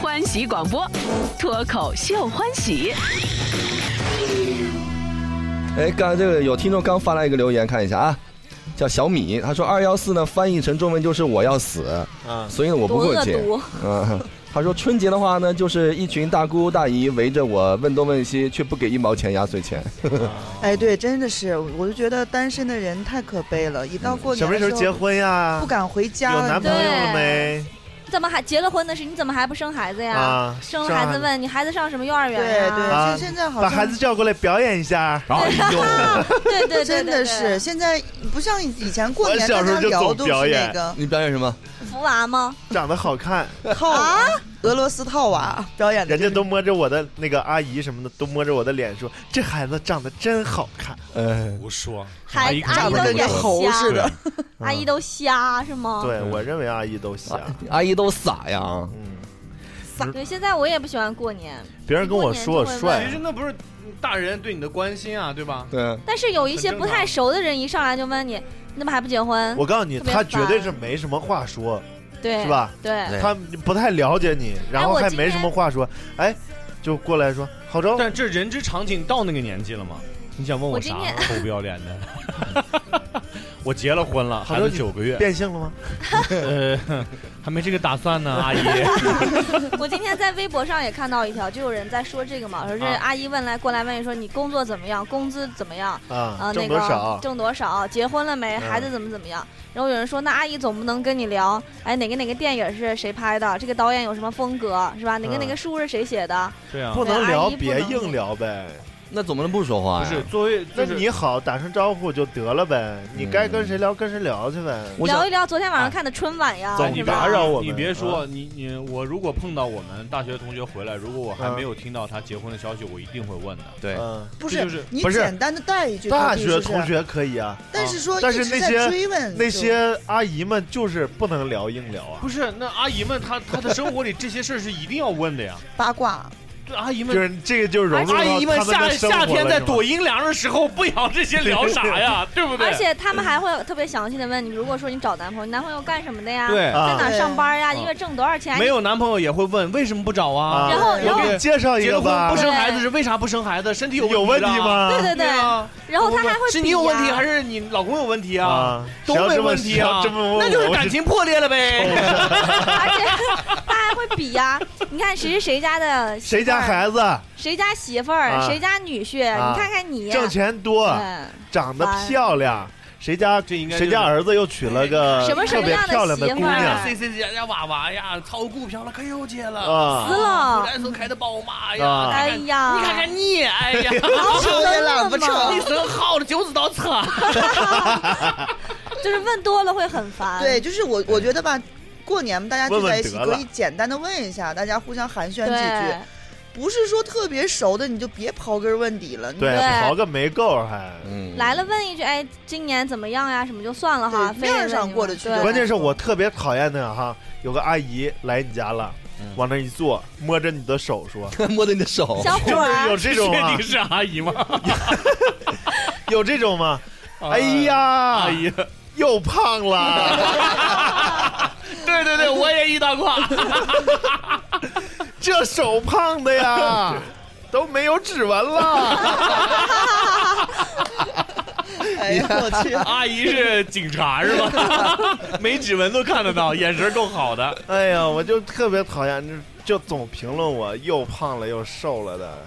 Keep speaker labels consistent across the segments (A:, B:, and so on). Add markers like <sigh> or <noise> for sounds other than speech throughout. A: 欢喜广播，脱口秀欢喜。
B: 哎，刚才这个有听众刚发来一个留言，看一下啊，叫小米，他说二幺四呢翻译成中文就是我要死，
C: 啊，
B: 所以呢我不过节
D: 多恶。
B: 嗯，他说春节的话呢，就是一群大姑大姨围着我问东问西，却不给一毛钱压岁钱。
E: 哎，对，真的是，我就觉得单身的人太可悲了，一到过
C: 什
E: 年
C: 么
E: 的
C: 时候结婚呀？
E: 不敢回家
C: 有
E: 了，
C: 男
E: 你知
C: 朋
E: 道
C: 友
E: 吗
C: 了没？
D: 你怎么还结了婚的事？你怎么还不生孩子呀？
C: 啊，
D: 生
C: 上
D: 孩子问你孩子上什么幼儿
E: 对
D: 园
E: 对，
D: 呀？
E: 现、
C: 啊
E: 现在好
C: 把
E: 像
C: 孩子叫过来表演一下。
B: 哎呦，
D: <laughs> 对对对对对，
E: 真的是现在不像以前过
C: 我
E: 年
C: 小
E: 大
C: 时候
E: 家
C: 就
E: 聊
C: 总
E: 都
C: 表
E: 是那
C: 演
D: <laughs>
E: 个
B: 你表演什么？
D: 福娃吗？
C: 长得好看，
E: 套娃，
D: 啊
E: <laughs> 俄罗斯套娃表演的
C: 人家都摸着我的那个阿姨什么的，都摸着我的脸说：“这孩子长得真好看。
B: 呃，
F: 胡说，
D: 孩子阿
E: 长
D: 姨都
E: 得啊跟个
D: 眼
E: 猴似
D: 瞎，
E: 的，
D: <laughs> 阿姨都瞎是吗？
C: 对我认为阿姨都瞎。
B: 啊阿姨都傻呀。
C: 嗯，
D: 对，现在我也不喜欢过年，
C: 别人跟我说我
F: 其
C: 帅
F: 实，那不是大人对你的关心啊，对吧？
B: 对，
D: 但是有一些
F: 很正
D: 不
F: 常
D: 太熟的人一上来就问你，你怎么还不结婚？
C: 我告诉你，
D: 特别
C: 他
D: 烦
C: 绝对是没什么话说，
D: 对
C: 是？吧？
D: 对，
C: <laughs>
D: <laughs>
B: 对
C: 他不太了解你，然后
D: 我
C: 还
D: 今
C: 没什么
D: 天
C: 话说，哎，就过来说郝周，
F: 但这人之常情，到那个年纪了嘛，你想问
D: 我今
F: 啥
D: 天？
F: 臭不要脸的！ <laughs> 我结了婚了，
C: 好
F: 孩子
C: 多你
F: 九个月，
C: 变性了吗？
F: 呃，还没这个打 <laughs> 算呢，阿姨。
D: 我今天在微博上也看到一条，就有人在说这个嘛，说这
F: 啊
D: 阿姨问来过来问你说你工作怎么样，工资怎么样？
C: 啊
D: 啊，，
C: 挣
D: 那
C: 多
D: 个
C: 少？
D: 挣多少？结婚了
C: 嗯
D: 没？孩子怎么怎么样？然后有人说，那阿姨总不能跟你聊，哎，哪个哪个电影是谁拍的？这个导演有什么风格，是吧？哪个
C: 嗯
D: 哪个书是谁写的？
F: 对啊，
C: 不
D: 对
C: 能
D: 阿
C: 聊，
D: 姨不
C: 别
D: 能
C: 硬聊呗。
B: 那怎么能不说话
F: 不
B: 呀？
F: 是，作为
C: 那
F: 就是嗯
C: 你好，打声招呼就得了呗。你该跟谁聊跟谁聊去呗。
B: 我
D: 聊
B: 想
D: 一聊昨天晚上看的春晚呀，
C: 走
F: 哎你啊
D: 是
F: 别
C: 打
D: 吧？
C: 扰我
F: 你
C: 们
F: 别说，你你我如果碰到我们大学同学回来，如果我还
C: 嗯
F: 没有听到他结婚的消息，我一定会问的。
B: 对
C: 嗯，
E: 不
F: 这
E: 是
F: 就是
E: 你
C: 不是
E: 简单的带一句，
C: 大
E: 何必是
C: 学
E: 不是
C: 同，学可以啊，
E: 但是说
C: 但是
E: 一直
C: 那
E: 在
C: 些
E: 追问
C: 那
E: 就
C: 些阿姨们就是不能聊硬聊啊
F: 不，是，那阿姨们她她的生活里这些事儿是一定要问的呀。
E: 八
C: 啊
E: 卦，
F: <laughs> 对，阿姨
C: 就
F: 们，
C: 是这个就是融入到
F: 阿姨们
C: 他们
F: 夏
C: 的生活
F: 夏
C: 了
F: 天在
C: 是吗
F: 躲阴凉的时候不聊这些聊啥呀？对不对？
D: 而且他们还会特别详细的问你，如果说你找男朋友，你男朋友干什么的呀？在
F: 对
C: 啊
D: 哪
E: 对
D: 上班呀？
F: 嗯
D: 一月挣多少钱？
F: 没有男朋友也会问为什么不找啊？
C: 啊
D: 然后
E: 我
D: 然
C: 我
D: 后
C: 给你介绍一
F: 结
C: 个
F: 了婚
C: 吧
F: 不，生孩子是为啥不生孩子？身体
C: 有
F: 问
C: 问
F: 题
C: 题
F: 的？
C: 吗？
D: 对对对，
F: 啊，
D: 然后他还会
F: 是你有问题还
D: 是
F: 是你老公有问题啊？
C: 啊，
F: 都
C: 谁要
F: 没
C: 这么
F: 问题
C: 谁要
F: 啊
C: 这么问我
F: 那就是
C: <laughs>
F: 感
C: 我
F: 情破裂了呗。 <laughs>
D: 而且他还会比呀？你看谁是谁家的媳妇
C: 谁
D: 儿？
C: 家孩子
D: 谁家媳妇儿？
C: 啊
D: 谁家女婿？
C: 啊
D: 你看看你
C: 挣钱多，
D: 嗯
C: 长得漂亮，谁家
F: 这应该
C: 谁家儿子又娶了个
D: 什么什
C: 特
D: 么
C: 别
D: 样的
C: 漂亮
D: 媳
C: 姑
D: 妇儿
C: 娘
D: 啊
F: C C 家家娃娃哎呀，炒股票了，可有钱了。
C: 啊
D: 死？了
F: 来时开的宝马
C: 啊
F: 呀，
D: 哎
F: 看看
D: 呀，
F: 你看看你，哎
D: <laughs>
F: 呀，
E: 扯也懒不扯，
C: <laughs>
F: 你真好的就是道扯。
D: 嗯 <laughs> 就是问多了会很烦。
E: 对，就是我我觉得吧。过年嘛，大家聚
C: 问问
E: 在一起
C: 得
E: 可
C: 了
E: 以简单的问一下，大家互相寒暄
D: 对，
E: 几句，不是说特别熟的你就别刨根问底了。你
C: 对，
D: 对
C: 刨个没够还。
B: 嗯
D: 来了问一句，哎，今年怎么样啊呀？什么就算了哈，
E: 对
D: 非得问
E: 面上
D: 你
E: 过得去
D: 对
C: 关键是我特别讨厌那个哈，有个阿姨来你家了，
F: 嗯
C: 往那一坐，摸着你的手说，
B: <laughs> 摸着你的手，
D: 小
C: 就是
D: 伙
C: 有
D: 儿，
C: 这种啊，
F: 是阿姨吗？
C: 有这种吗？
F: 啊
C: 哎，呀
F: 阿，姨，
C: 又胖
F: <laughs>
C: 了，
F: 对对对，我也一大胯。
C: 这手胖的呀，都没有指纹
F: <laughs>
C: 了。
E: 哎
C: <laughs>
E: 呀，我去，
F: <laughs> 阿姨是警察是吧？ <laughs> 没指纹都看得到，眼神够好的。
C: 哎呀，我就特别讨厌，就就总评论我又胖了又瘦了的，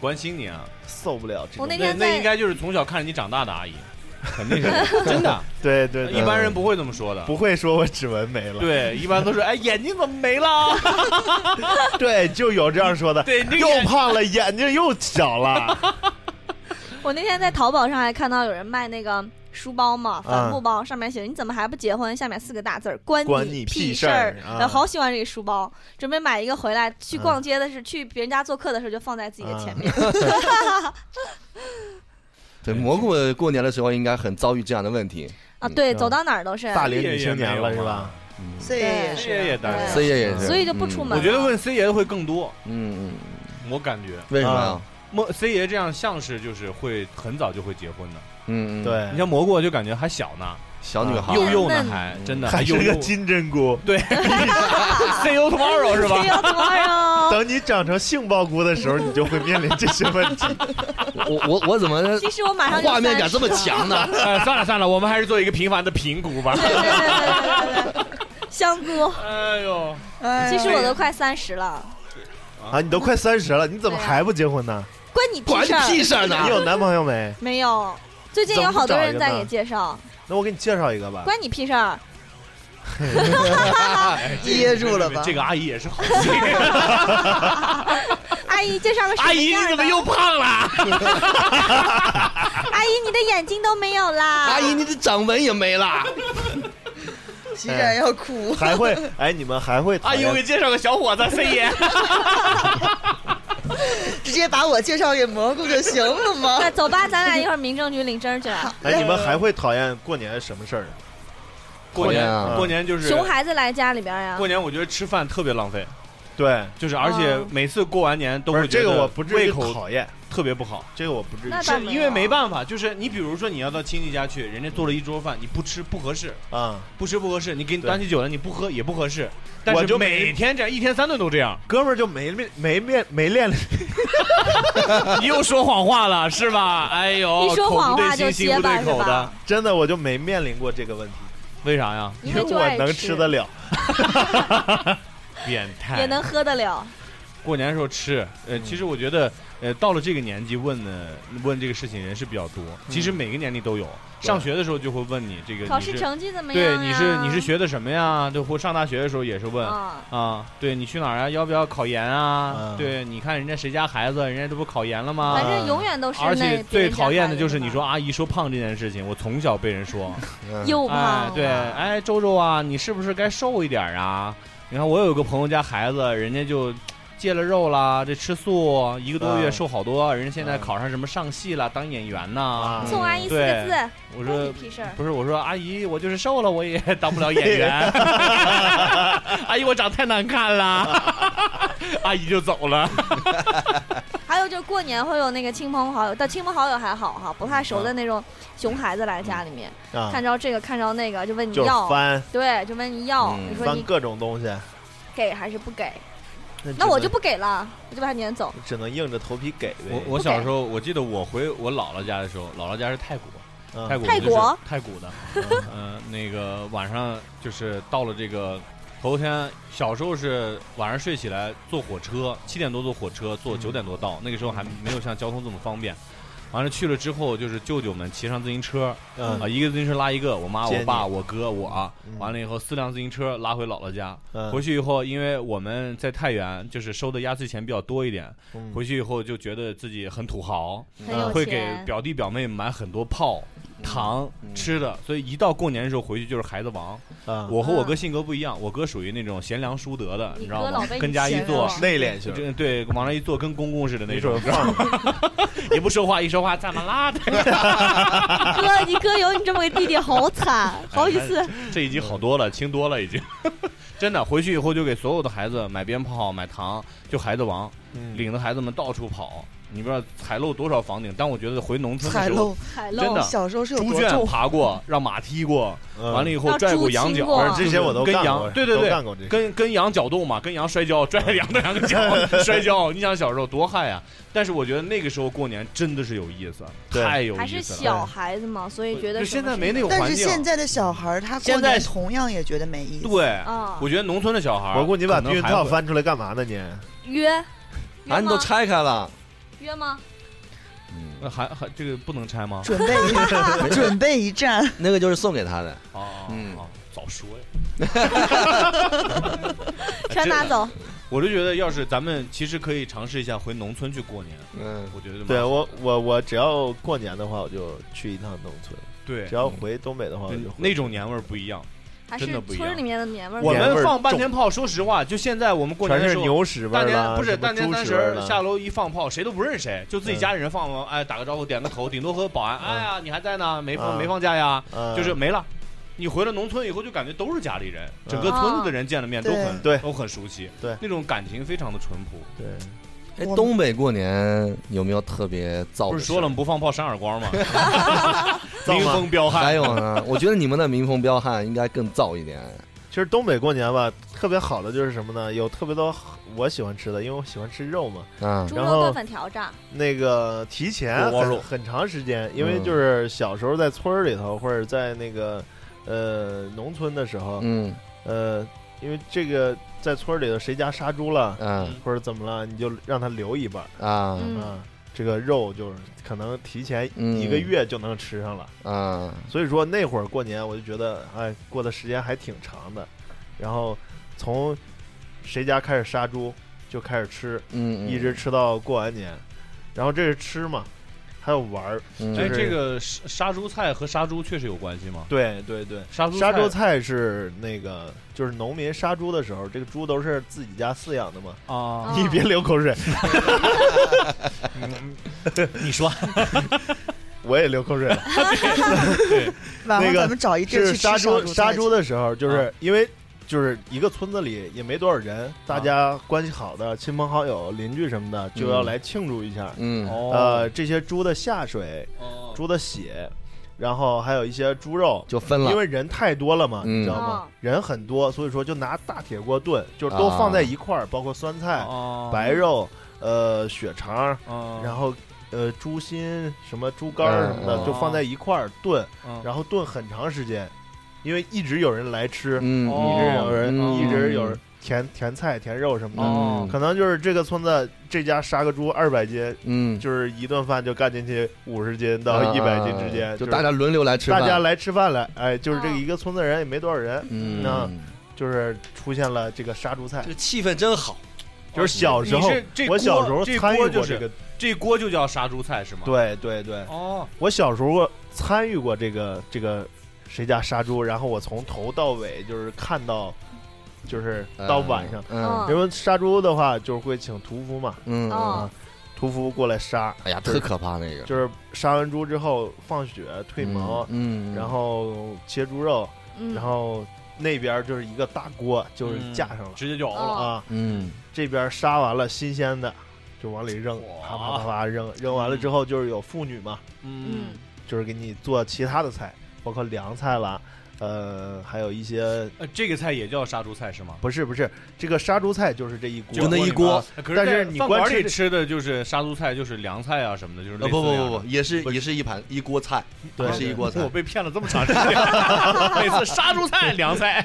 F: 关心你啊，
C: 受不了这
D: 我
C: 种。
D: 那
F: 那
D: 天
F: 那应
D: 在
F: 该就是从小看着你长大的阿姨，肯定是真的。
C: <laughs> 对对对，
F: 一般人不会这么说的。
C: 不会说我指纹没了。
F: 对，一般都是哎，眼睛怎么没了？
C: 对，就有这样说的，
F: <laughs> 对，你
C: 又
F: 眼
C: 胖了，眼睛又小
F: <laughs>
C: 了。
D: 我那天在淘宝上还看到有人卖那个书包嘛，帆布包，上面写着你怎么还不结婚？下面四个大字儿，关
C: 关你
D: 你
C: 屁
D: 事
C: 事儿啊
D: 然后好喜欢这个书包，准备买一个回来，去逛街的是去别人家做客的时候就放在自己的前面。
B: 对，蘑菇过年的时候应该很遭遇这样的问题。
D: 啊，
B: 嗯
D: 对，
C: 嗯
D: 走到哪儿都是。 <laughs>
C: 大龄女青年
F: 哎啊
C: 了是吧？
E: 这也
D: 对
E: 是啊哎
F: 爷也
D: 对
B: ，C 爷也是，
D: 所以就不出门。
F: 我觉得问 C 爷的会更多，
B: 嗯嗯，
F: 我感觉
B: 为什么呀
C: 啊？
F: 莫 C 爷这样像是就是会很早就会结婚的。
B: 嗯嗯，
C: 对
F: 你，像蘑菇就感觉还小呢，
B: 小女孩
D: 啊
F: 幼
B: 儿，
F: 幼呢还真的哎
C: 还
F: 幼
C: 是
F: 幼
C: 个金针菇。
F: <laughs> ，See you tomorrow 是吧？
D: See you tomorrow
C: 等你长成杏鲍菇的时候，你就会面临这些问
F: <laughs>
C: 题。
B: 我我我怎么
D: 其实我马上就
B: 画面感
D: 30
B: 这么强
D: <laughs>
B: 呢？
F: 呃，算了算了，我们还是做一个平凡的评估吧
D: 对。对对对对对对，香菇。
F: 哎呦，
E: 哎
D: 其
E: 呀
D: 实我都快三十了，
C: 啊，你都快三十了，你怎么还不结婚呢？
D: 关你
B: 管
D: 屁
B: 你
D: 事
B: 屁
D: 儿。
B: 事
F: 啊
B: 儿呢
C: 你！有男朋友没？
D: 没有，最近有好多人在给介绍，
C: 那我给你介绍一个吧。
D: 关你屁事儿。
E: 噎哎住了吧？
F: 这个阿姨也是好心， <laughs>
D: 阿姨介绍个什么
F: 阿姨
D: 样
F: 你
D: 的
F: 怎么又胖了？ <laughs>
D: 阿姨你的眼睛都没有啦？
B: 阿姨，你的掌纹也没
D: <laughs>
B: 了。
E: 齐然要哭。
C: 哎还会哎，你们还会讨
F: 阿 <laughs> 姨，我
C: 厌
F: 给介绍个小伙子 C 爷。
E: <laughs> 直接把我介绍给蘑菇就行了吗？
D: 那走吧，咱俩一会儿民政局领证去了。
C: 哎，你们还会讨厌过年什么事儿
F: 哎
C: 啊？
B: 过年啊
F: <laughs> 过年就是
D: 熊孩子啊来家里边呀
F: 过，年，我觉得吃饭特别浪费，
C: 对，
F: 就是而且
D: 哦
F: 每次过完年都
C: 不
F: 会
C: 是这个，
F: 觉得
C: 我不至
F: 胃
C: 于
F: 口
C: 讨厌，
F: 特别不好。
C: 这个我不至于
D: 那
F: 是
D: 倒没有
F: 因为没办法，就是你比如说你要到亲戚家去，人家做了一桌饭，你不吃不合适，
C: 啊。
F: 不吃不合适。你给你
C: 对
F: 端起酒来，你不喝也不合适。但
C: 我
F: 是
C: 就
F: 每
C: 没，
F: 天这样，一天三顿都这样
C: 哥们儿就没面没面没练，
F: <laughs> 你又说谎话了是吧？哎呦，
D: 一说
F: 口
D: 谎
F: 不对
D: 话就
F: 心，心
D: 结
F: 不
D: 巴
F: 对
D: 是
F: 口的
D: 吧？，
C: 真的我就没面临过这个问题，
F: 为啥呀？
D: 因
C: 因
D: 为
C: 为
D: 就
C: 我
D: 爱
C: 能
D: 吃
C: 吃得了。
F: 变态。
D: 也能喝得了。
F: 过年的时候吃，呃，其实我觉得，呃，到了这个年纪问呢，问这个事情人是比较多。其实每个年龄都有，上学的时候就会问你这个
D: 考
F: 你
D: 试
F: 是
D: 成绩怎么样啊
F: 对
D: 呀？
F: 你是你是学的什么呀？对，或上大学的时候也是问。
D: 啊？
F: 啊，对你去哪儿啊？要不要考研啊？
C: 嗯
F: 对，你看人家谁家孩子，人家这不考研了吗
D: 反？正永远都是
F: 而
D: 那
F: 且
D: 别
F: 最
D: 人家
F: 讨厌的
D: 孩子
F: 就是你
D: 嘛
F: 说阿姨说胖这件事情，我从小被人说，
D: 又胖
F: 哎
D: 了，
F: 对，哎，周周啊，你是不是该瘦一点儿啊？你看我有个朋友家孩子，人家就戒了肉啦，这吃素一个多月
C: 嗯
F: 瘦好多，人家现在
C: 嗯
F: 考上什么上戏了，当演员呢
C: 啊。
D: 送阿姨四个
F: 对
D: 字，
F: 我
D: 关
F: 说
D: 你屁事儿。
F: 不是，我说阿姨，我就是瘦了，我也 <laughs> 当不了演员。阿姨，我长太难看 <laughs> 了。阿姨就走了。
D: 还有就是过年会有那个亲朋好友，但亲朋好友还好哈，不太熟的那种熊孩子来家里面，
C: 啊，
D: 看着这个看着那个就问你
C: 就是
D: 要，
C: 翻
D: 对，就问你要，
B: 嗯
D: 你说
C: 翻
D: 你
C: 各种东西，
D: 给还是不给？
C: 只
D: 那我
C: 能
D: 就不给了，我就把他撵走。
C: 只能硬着头皮给呗。
F: 我我小时候，我记得我回我姥姥家的时候，姥姥家是泰国，
C: 嗯
F: 泰国
D: 泰
F: 就是
D: 国
F: 泰国的，嗯、那个晚上就是到了这个头天，小时候是晚上睡起来坐火车，七点多坐火车，
C: 嗯
F: 坐九点多到，那个时候还没有像交通这么方便。完了去了之后，就是舅舅们骑上自行车，啊、
C: 嗯
F: 一个自行车拉一个，我妈、
C: 接
F: 我
C: 你
F: 爸、我哥、我、啊
C: 嗯
F: 完了以后四辆自行车拉回姥姥家。
C: 嗯
F: 回去以后，因为我们在太原就是收的压岁钱比较多一点，
C: 嗯
F: 回去以后就觉得自己很土豪，
D: 很有
F: 嗯会给
D: 钱，
F: 表弟表妹买很多炮、糖、
B: 嗯
F: 吃的，所以一到过年的时候回去就是孩子王。
C: 啊
F: 我和我哥性格不一样，我哥属于那种贤良淑德的，
D: 嗯你
F: 知道
D: 哥
F: 吗
D: 老被？你
F: 跟家一
D: 闲
F: 坐
D: 着。
C: 内敛型
F: 就，真的对，往那一坐跟公公似的那
C: 你
F: 种
C: 准，放了
F: 也不说话，一说话怎么啦？
D: 哥，你哥有你这么个弟弟，好惨，好几次。
F: 这已经好多了，轻多了已经。 <laughs> 真的，回去以后就给所有的孩子买鞭炮、买糖，就孩子王，
C: 嗯
F: 领着孩子们到处跑。你不知道踩漏多少房顶，但我觉得回
E: <laughs>
F: 农村的
E: 踩
F: 时候，
E: 漏，
D: 海
F: 真
C: 啊
D: 漏
F: 的
E: 小时候是有
F: 猪
E: 多
F: 圈
E: 重？
F: 爬过，让马踢过，
C: 嗯
F: 完了以后
D: 让
F: 拽
D: 猪
F: 过羊
D: 亲
F: 角，
D: 过
C: 不
F: 不是
C: 是这些我都
F: 跟
C: 干
F: 羊
C: 过，
F: 对对
C: 都
F: 对
C: 干过这些。
F: 跟跟羊角斗嘛，跟羊摔跤，拽着羊的两个
C: <laughs>
F: 脚摔跤。你想小时候多嗨啊！但是我觉得那个时候过年真的是有意思，啊
C: 对
F: 太有意思了。
D: 还
F: 哎
D: 是小孩子嘛，所以觉得
F: 就
D: 什么
F: 现在
D: 事
F: 没那种
D: 情
E: 但
F: 环
E: 是现
F: 境。
E: 在的小孩儿，他过
F: 现在
E: 年同样也觉得没意思。
F: 对，
D: 啊
F: 我觉得农村的小孩儿可能还会，
C: 蘑菇，你把避孕套翻出来干嘛呢？你
D: 约
B: 啊，
D: 约
B: 你都
D: 吗？
B: 拆开了，
D: 约吗？
B: 嗯
F: 呃，还还这个不能拆吗？
E: 准备
C: <laughs>
E: 一准备一战，
B: 那个就是送给他的。
F: 哦，
B: 嗯
F: 哦早说呀！
D: 全拿走。
F: 我就觉得，要是咱们其实可以尝试一下回农村去过年，
B: 嗯，
F: 我觉得蛮
C: 对我我我只要过年的话，我就去一趟农村；
F: 对
C: 只要回东北的话，我就
F: 对
C: 回
F: 那种年味儿不一样。
D: 还
F: 真的
D: 是
F: 不一样
D: 村里面的年味儿。
F: 我
C: 年味
F: 们
C: 儿
F: 放半
C: 重
F: 天炮，说实话，就现在我们过年
C: 全
F: 的
C: 是
F: 时候，
C: 牛屎味
F: 大
C: 儿
F: 年
C: 啦，
F: 不是
C: 什么
F: 大年
C: 猪
F: 三
C: 屎
F: 十
C: 味儿
F: 儿
C: 啦
F: 下楼一放炮，谁都不认识谁，就自己
C: 嗯
F: 家里人放完，哎，打个招呼，点个头，顶多和保安，哎呀，你还在呢，没放
C: 嗯
F: 没放假呀，
C: 嗯
F: 就是没了。你回了农村以后，就感觉都是家里人，整个村子的人见了面都
E: 对
F: 很
C: 对
F: 都很熟悉，
C: 对
F: 那种感情非常的淳朴。
C: 对，
B: 哎，
E: 我们
B: 东北过年有没有特别燥？
F: 不是说了吗？？不放炮扇耳光吗？
C: <laughs> 造
F: 民
C: 吗？
F: 风彪
B: 还
F: 悍，哎
B: 有呢？ <laughs> 我觉得你们的民风彪悍应该更燥一点。
C: 其实东北过年吧，特别好的就是什么呢？有特别多我喜欢吃的，因为我喜欢吃肉嘛。
B: 啊，
D: 猪
C: 然
D: 肉
C: 后
D: 炖粉条炸，
C: 那个提前
F: 锅包
C: 很
F: 肉
C: 很长时间，因为
B: 嗯
C: 就是小时候在村儿里头或者在那个呃农村的时候，
B: 嗯
C: 呃，因为这个在村儿里头谁家杀猪了
B: 啊
C: 或者怎么了，你就让他留一半儿
B: 啊
D: 嗯
C: 啊，这个肉就是可能提前
B: 嗯
C: 一个月就能吃上
D: 嗯
C: 了。
B: 啊！
C: 所以说那会儿过年，我就觉得哎，过的时间还挺长的。然后从谁家开始杀猪就开始吃，
B: 嗯，
C: 一直吃到过完年。然后这是吃嘛，还有玩儿。
B: 嗯
F: 哎，
C: 就是
F: 这个杀杀猪菜和杀猪确实有关系吗？
C: 对对对，
F: 杀猪
C: 杀猪菜是那个，就是农民杀猪的时候，这个猪都是自己家饲养的嘛。
F: 啊，
D: 哦
C: 你别流口水，嗯
F: 你
C: <laughs>
F: 说
C: 我也流口水了。
E: <laughs> 晚
C: 那
E: 上
C: 个
E: 咱们找一地儿
C: 是
E: 去吃
C: 杀
E: 猪
C: 猪杀猪
E: 的
C: 的时候，就是因为就是一个村子里也没多少人，大家关系好的亲朋好友、邻居什么的，就要来庆祝一下。
B: 嗯
C: 呃，，这些猪的下水、
F: 哦
C: 猪的血，然后还有一些猪肉，
B: 就分了
C: 因为人太多了嘛，
B: 嗯
C: 你知道吗？人很多，所以说就拿大铁锅炖，就是都放在一块儿，包括酸菜、
F: 哦
C: 白肉、呃血肠，
F: 哦
C: 然后呃猪心、什么猪肝儿什么
B: 嗯哦
C: 的，
F: 嗯
C: 就放在一块儿炖，
F: 嗯
C: 然后炖很长时间，因为一直有人来吃，
B: 嗯
C: 一直有
F: 哦
C: 人，
B: 嗯
C: 一直有人填填菜、填肉什么的。
F: 哦
C: 可能就是这个村子这家杀个猪二百斤，
B: 嗯，
C: 就是一顿饭就干进去五十斤到一百斤之间，
B: 啊就是大家轮流来吃
C: 大
B: 饭，
C: 家来吃饭来，哎，就是这个
D: 哦
C: 一个村子人也没多少人，
B: 嗯，
C: 那就是出现了这个杀猪菜
G: 这，个气氛真好。哦
C: 就是小时候
F: 你是这，锅
C: 我小时候
F: 这
C: 参与
F: 锅
C: 过
F: 就
C: 这个
F: 是，这锅就叫杀猪菜是吗？，
C: 对对对，
F: 哦，
C: 我小时候参与过这个这个谁家杀猪，然后我从头到尾就是看到，就是到晚上，，
B: 嗯
C: 因为杀猪的话就是会请屠夫嘛，啊
B: 嗯，
D: 哦，
C: 屠夫过来杀，
B: 哎呀，特可怕那个，
C: 就是杀完猪之后放血褪毛，
B: 嗯，
C: 然后切猪肉，
D: 嗯，
C: 然后那边就是一个大锅，就是架上了、
F: 直接就熬了。
D: 哦
C: 啊，
B: 嗯
C: 这边杀完了新鲜的就往里扔，啪
F: 哇
C: 啪啪啪扔，扔完了之后就是有妇女嘛，
D: 嗯，
C: 就是给你做其他的菜，包括凉菜啦，呃，还有一些
F: 呃，这个菜也叫杀猪菜是吗？
C: 不是不是，这个杀猪菜就是这一锅，
B: 就那一锅
F: 呃，可
C: 但是
F: 在
C: 你
F: 饭
C: 光
F: 馆
C: 吃
F: 里
C: 这
F: 吃的就是杀猪菜，就是凉菜啊什么的，就是
G: 呃
F: 类似
G: 不
F: 那
G: 不
F: 样
G: 不
F: 的
G: 不，也是也是一盘一锅菜，
C: 对
G: 也是一锅菜
F: 我。被骗了这么长时间，每次杀猪菜、凉菜，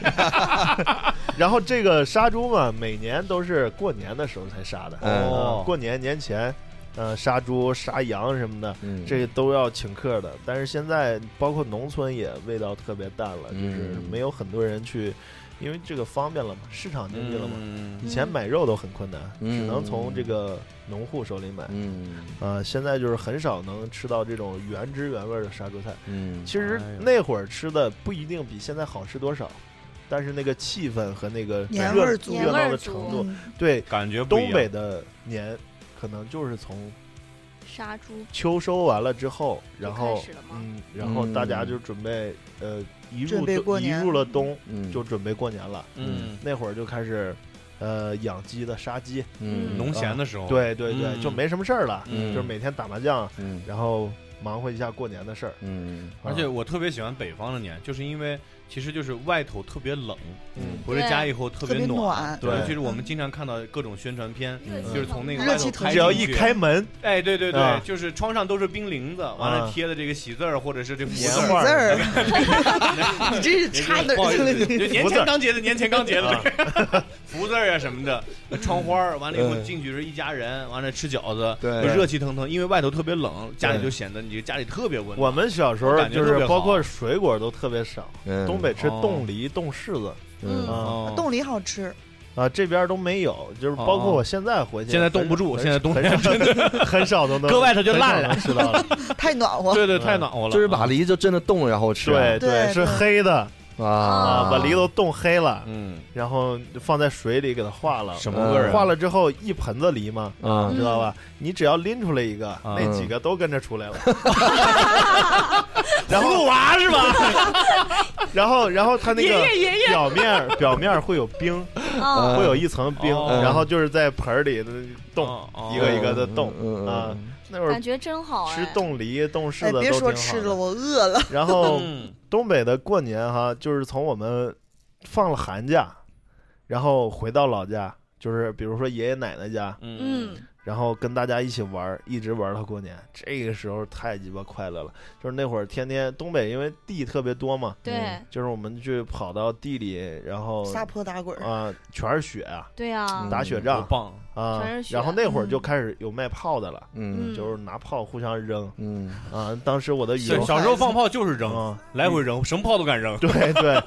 C: 然后这个杀猪嘛，每年都是过年的时候才杀的，
B: 嗯
C: 呃过年年前，呃，杀猪、杀羊什么的，
B: 嗯，
C: 这都要请客的。但是现在包括农村也味道特别淡了，
B: 嗯
C: 就是没有很多人去，因为这个方便了嘛，市场经济了嘛。
F: 嗯
C: 以前买肉都很困难，
B: 嗯
C: 只能从这个农户手里买。
B: 嗯
C: 呃，现在就是很少能吃到这种原汁原味儿的杀猪菜。
B: 嗯，
C: 其实
F: 哎呦
C: 那会儿吃的不一定比现在好吃多少，但是那个气氛和那个
E: 年
C: 热
E: 味儿足
C: 热闹
D: 年味
C: 的
D: 儿
C: 程
D: 足
C: 度，
E: 嗯
C: 对
F: 感觉不一
C: 东
F: 样
C: 北的年，可能就是从
D: 杀猪
C: 秋收完了之后，然后
D: 开始了吗
C: 嗯，然后大家
B: 嗯
C: 就准备呃一
E: 准
C: 入
E: 备
C: 冬
E: 过
C: 一
E: 年
C: 入了冬
B: 嗯
C: 就准备过年了，
F: 嗯，
C: 那会儿就开始呃养鸡的杀鸡，
B: 嗯
F: 农闲的时候，
C: 对对对，
F: 嗯
C: 就没什么事儿了，
B: 嗯
C: 就是每天打麻将，
B: 嗯
C: 然后忙活一下过年的事儿。啊
B: 嗯
F: 而且我特别喜欢北方的年，就是因为其实就是外头特别冷，
C: 嗯
F: 回了家以后特
E: 特别
F: 暖。
E: 暖，
C: 对
F: 尤其是我们经常看到各种宣传片，
D: 热气
F: 就是从那个
E: 嗯
F: 外
E: 热
F: 头
E: 气腾
F: 开
E: 腾
C: 只要
F: 进
C: 一
F: 去
C: 开门，
F: 哎，对对
C: 啊
F: 对，就是窗上都是冰凌子，完了
C: 啊
F: 贴的这个喜字儿或者是这福字
C: 棉
E: 喜
F: 儿
C: 花
E: 字儿，你这是插哪
F: 不好
E: 儿 <laughs>
F: 意
E: 去了
F: 思，
E: 你？
F: 就年前刚结的，年前刚结的，福字儿啊什么的，窗花儿，完了以后
B: 嗯
F: 进去是一家人，完了吃饺子，
B: 对
F: 就热气腾腾，因为外头特别冷，家里
B: 对
F: 就显得你这家里特别温
C: 我
F: 暖。
C: 们小时候
F: 感觉
C: 就
F: 特
C: 是
F: 别
C: 包
F: 好
C: 括水果都特别少，
B: 嗯，
C: 东北吃
F: 哦
C: 冻梨、冻柿子
B: 嗯
C: 啊
F: 哦
E: 冻梨好吃，
C: 啊，这边都没有，就是包括
F: 哦
C: 我现在回去，
F: 现在冻不住，
C: 很
F: 现在冬
C: 很少
F: 天真的，
C: 很少
F: <laughs>
C: 都能
F: 搁外头就烂了
C: 很少能吃到了。
E: 太暖和。
F: 对对，
C: 嗯
F: 太暖和了，
B: 就是把梨就真的冻了然后吃，
C: 对
E: 对
C: 是
E: 对
C: 黑的
B: 啊
C: 啊，，把梨都冻黑了，
F: 嗯
C: 然后放在水里给它化了，嗯
F: 什么味儿啊
C: 化了之后一盆子梨嘛，
B: 啊
D: 嗯
C: 你知道吧？
E: 嗯
C: 你只要拎出来一个，
F: 啊
C: 那
F: 嗯
C: 几个都跟着出来
F: <laughs>
C: 了。然后娃 <laughs> 是吧？然后，然后它那个表面表面会有冰，
D: 啊，
C: 会有一层冰，
F: 嗯哦
C: 然后就是在盆儿里的
E: 哦
C: 冻，
F: 冻
C: 一个一个的冻
B: 嗯
C: 啊，那会
D: 感
C: 儿
D: 觉真好哎
C: 吃冻梨、冻柿
E: 哎
C: 子，都
E: 别
C: 挺好
E: 说
C: 的
E: 吃了，我饿了。
C: 然后
F: 嗯
C: 东北的过年哈，就是从我们放了寒假，然后回到老家，就是比如说爷爷奶奶家，
F: 嗯
D: 嗯，
C: 然后跟大家一起玩儿，一直玩到过年。这个时候太鸡巴快乐了，就是那会儿天天东北因为地特别多嘛，
D: 对
C: 就是我们去跑到地里，然后
E: 撒泼打滚儿，
C: 啊、全是雪啊，
D: 对啊，
C: 打雪
F: 多
C: 仗
F: 棒！
C: 啊、
D: 嗯全是雪
C: 然后那会儿就开始有卖炮的了，
B: 嗯
D: 嗯
C: 就是拿炮互相扔
B: 嗯，
C: 啊、当时我的羽
F: 小
C: 绒
E: 是
F: 小时候放炮就是扔，
C: 啊，
F: 来回扔，什么炮都敢扔。
C: 对对，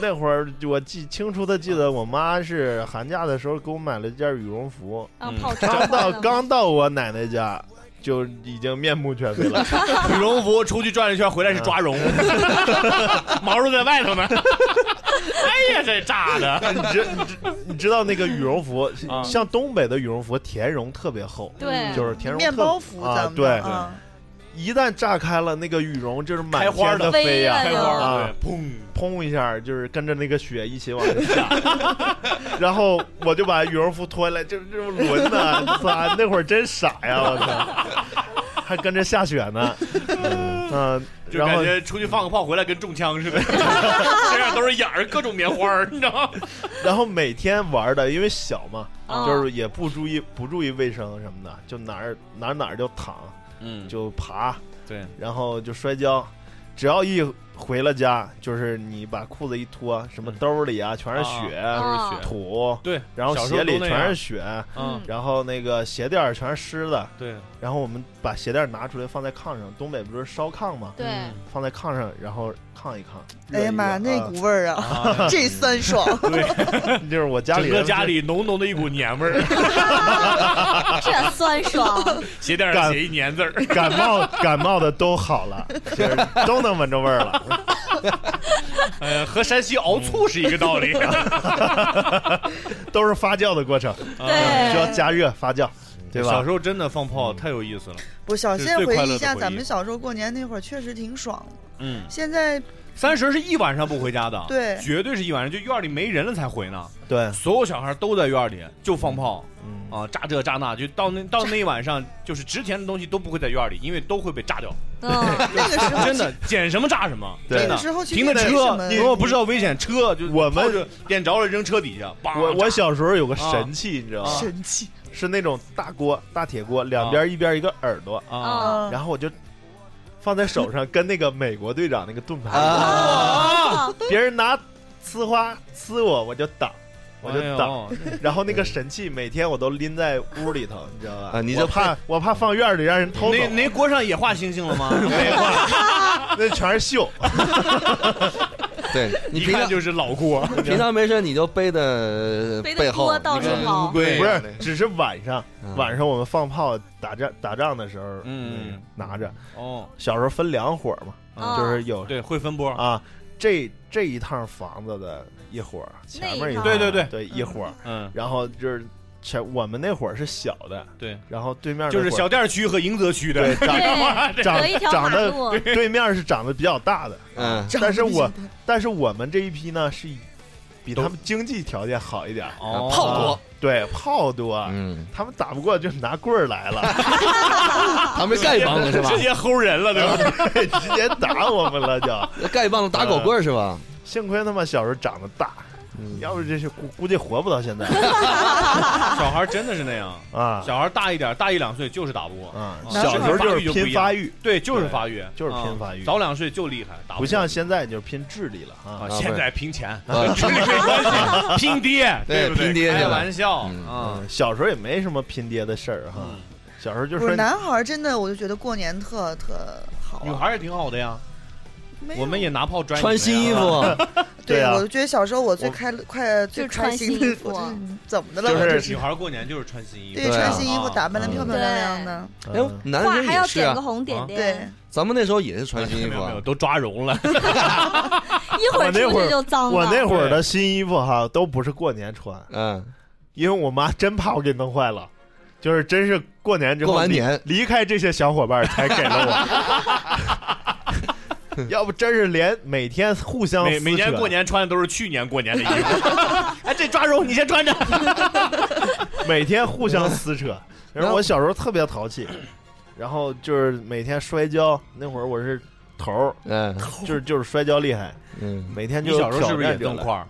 C: 那会儿我记清楚的记得，我妈是寒假的时候给我买了一件羽绒服，
D: 让
F: 嗯
D: 炮仗
C: 刚
D: 坏
C: 到
D: 了嘛
C: 刚到我奶奶家就已经面目全非了。
F: 羽绒服出去转了一圈，回来是抓绒， <laughs> 毛绒在外头呢。哎呀，这炸的！
C: 你知你知你知道那个羽绒服
F: 啊，
C: 像东北的羽绒服，田绒特别厚，
D: 对，
C: 就是田绒
E: 面
C: 特
E: 包服
C: 啊
E: 咱，们
C: 对，
F: 嗯
E: 啊
C: 一旦炸开了，那个羽绒就是满
F: 开花
C: 天
F: 的
C: 的飞呀，
D: 飞
F: 开
D: 了
F: 花
C: 啊
F: 了，对，哎砰！
C: 砰一下，就是跟着那个雪一起往下 <laughs> 下。然后我就把羽绒服脱下来，就这种轮呢， <laughs> 操，那会儿真傻呀，我操，还跟着下雪呢，嗯，
F: 就
C: 然
F: 感
C: 后
F: 觉出去放个炮回来跟中枪 <laughs> 似的，身上都是眼儿，各种棉花儿，你知道吗？
C: 然后每天玩的，因为小嘛，
D: 啊
C: 就是也不注意不注意卫生什么的，就哪儿哪儿哪儿就躺
F: 嗯
C: 就爬，
F: 对，
C: 然后就摔跤，只要一回了家，就是你把裤子一脱，什么
F: 嗯
C: 兜里啊全是雪、
D: 啊
F: 都是血。
C: 土，
F: 对，
C: 然后
F: 小时候
C: 鞋里
F: 都那样
C: 全是雪，
F: 嗯，
C: 然后那个鞋垫儿全是湿的，
F: 对，
C: 然后我们把鞋垫儿拿出来放在炕上，东北不是烧炕吗？
D: 对，
F: 嗯
C: 放在炕上，然后炕一炕，
E: 哎呀妈，
C: 热一
E: 那
C: 热啊
E: 股味儿
F: <laughs>
E: 啊，
F: 啊，
E: 这酸爽！
F: <laughs> 对，
C: 就是我家
F: 整
C: 里
F: 个
C: 人
F: 家里浓浓的一股年味儿，
D: 这酸爽，
F: 鞋垫上写一年字儿，
C: <laughs> 感冒感冒的都好了，就是都能闻着味儿了。
F: 呃，和山西熬醋是一个道 <laughs> 理。啊
C: 都是发酵的过程，嗯
D: 对
C: 需要加热发酵，对吧？嗯
F: 小时候真的放炮太有意思了，
E: 不，小
F: 这
E: 现
F: 是
E: 在
F: 最
E: 回
F: 快
E: 忆
F: 乐
E: 一
F: 的
E: 下，
F: 回
E: 咱
F: 忆
E: 们小时候过年那会儿确实挺爽。
F: 嗯。
E: 现在
F: 三十是一晚上不回家的，
E: 对
F: 绝对是一晚上，就院里没人了才回呢。
C: 对，
F: 所有小孩都在院里，就放炮
C: 嗯，
F: 啊，炸这炸那，就到那到那一晚上，就是值钱的东西都不会在院里，因为都会被炸掉。
D: 嗯，
E: 那个时候，
F: 真的，捡什么炸什么，
C: 对
F: 真
E: 那
F: 的
E: 个。时候其实
F: 停的
E: 没什
F: 车
E: 么，
F: 如果不知道危险，车就
C: 我们
F: 炮就点着了扔车底下。梆
C: 我我
F: 炸
C: 小时候有个神器，你知道吗
F: 啊？
E: 神器
C: 是那种大锅大铁锅，两边一边一个耳朵，
F: 啊
E: 嗯
D: 啊
C: 然后我就放在手上，跟那个美国队长那个盾牌一样，
F: 啊！
D: 啊，
C: 别人拿呲花呲我，我就挡。我就
F: <laughs>
C: 挡，
F: 哎呦
C: 然后那个神器每天我都拎在屋里头，你知道吧？
B: 啊你
C: 我
B: 这
C: 怕我怕放院里让人偷走，
F: 那那锅上也画星星了吗？没
C: <laughs>
F: 画，
C: 那全是锈。 <laughs>
B: 对你
F: 一
B: 平
F: 看
B: 常
F: 就是老锅。
B: 平常没事你就背的
D: 背着
B: 背
D: 锅
B: 后，
D: 到处
B: 你看
D: 跑
B: 乌
F: 哎
B: 龟
C: 不
B: 一样
C: 是，只是晚上，
B: 嗯
C: 晚上我们放炮打仗打仗的时候，
F: 嗯
C: 拿着。
F: 哦，
C: 小时候分两伙嘛，
D: 啊
C: 就是有
F: 对，会分波。
C: 啊，这这一趟房子的一伙，前面
D: 那一
C: 一
D: 趟
C: 伙
F: 对对对
C: 对一伙，
F: 嗯，
C: 然后就是前我们那伙是小的，
F: 对，
C: 然后对面那
F: 就是
C: 伙
F: 小店区和迎泽区的
C: 对。长
D: 对，
C: 长
D: 隔一条
C: 长
D: 马
C: 得 <laughs>
D: 路，
C: 对面是长得比较大的，
B: 嗯，
E: 长
C: 但是
E: 得比较
C: 我
E: 大
C: 但是我们这一批呢是比他
F: 都
C: 们经济条件好一点，
F: 哦
B: 炮多
C: 啊，对炮多，啊
B: 嗯，
C: 他们打不过就拿棍儿来了。
B: 他们盖棒子
F: <laughs>
B: 是吧？
C: <laughs>
F: 直接齁人了，对吧？
C: 直接打我们了就。
B: 盖棒子打狗棍儿是吧？
C: 幸亏他妈小时候长得大，
B: 嗯
C: 要不这是估估计活不到现在
F: 小孩真的是那样，
C: 啊
F: 小孩大一点，大一两岁就是打不过，
C: 啊！
F: 啊
C: 小时候就
F: 发育
C: 是
F: 就不一
C: 拼
F: 样
C: 发育，
F: 对，就是发育，
C: 就是拼
F: 啊
C: 发育
F: 早两岁就厉害，打
C: 不
F: 过
C: 像现在就是拼智力了啊
F: 啊，
B: 啊
F: 现在拼钱，
B: 啊
F: <laughs> 跟智力没关系，
C: <laughs>
F: 拼爹，
B: 对
F: 不对？
B: 拼爹去
F: 开
B: 了
F: 玩笑
B: 嗯
F: 啊
C: 嗯，小时候也没什么拼爹的事儿哈
F: 嗯，
C: 小时候就
E: 不
C: 说
E: 是男孩儿真的，我就觉得过年特特好
C: 嗯
E: 啊。
F: 女孩儿也挺好的呀，
E: 没有
F: 我们也拿炮拽你
B: 穿
F: 们呀，
B: 新衣服，
E: 对
C: 对啊
E: 我就觉得小时候我最
C: 我
E: 开快
D: 就
E: 最
D: 是穿
E: 开心
D: 新衣
E: 的，
D: 服啊
E: 我就是怎么的了？
C: 就
E: 我
C: 是
F: 女孩儿过年就是穿新衣服，
E: 对，
B: 对啊
E: 穿新衣服，打扮的
B: 嗯
E: 漂漂亮亮的。
C: 嗯
B: 哎，男
D: 话
B: 人
D: 还要
B: 也是
D: 点
B: 啊
D: 个，红点
F: 啊
E: 对
D: 点，，
B: 咱们那时候也是穿新
F: 没
B: 衣
F: 有没
B: 服
F: 有没
B: 啊
F: 有，，都抓
C: <laughs>
F: 绒了，
D: 一会儿
C: 我那
D: 出
C: 会
D: 去
C: 儿
D: 就脏
C: 我
D: 了，
C: 那会儿的新衣服哈都不是过年穿，
B: 嗯，
C: 因为我妈真怕我给弄坏了。就是真是过年之后
B: 过完
C: 离
B: 年
F: <laughs>
C: 离开这些小伙伴儿才给了我，要不真是连每天互相
F: 每
C: 撕
F: 每年
C: 扯
F: 过年穿的都是去年过年的衣
C: <laughs>
F: 服。哎，这抓绒你先穿着。
C: 每天互相撕扯。
F: 嗯
C: 然后我小时候特别淘气，然后就是每天摔跤，那会儿我是头儿，
B: 嗯
C: 就是就是摔跤厉害，
B: 嗯，
C: 每天
F: 你
C: 就
F: 小时候是不是也
C: 这
F: 这么块儿？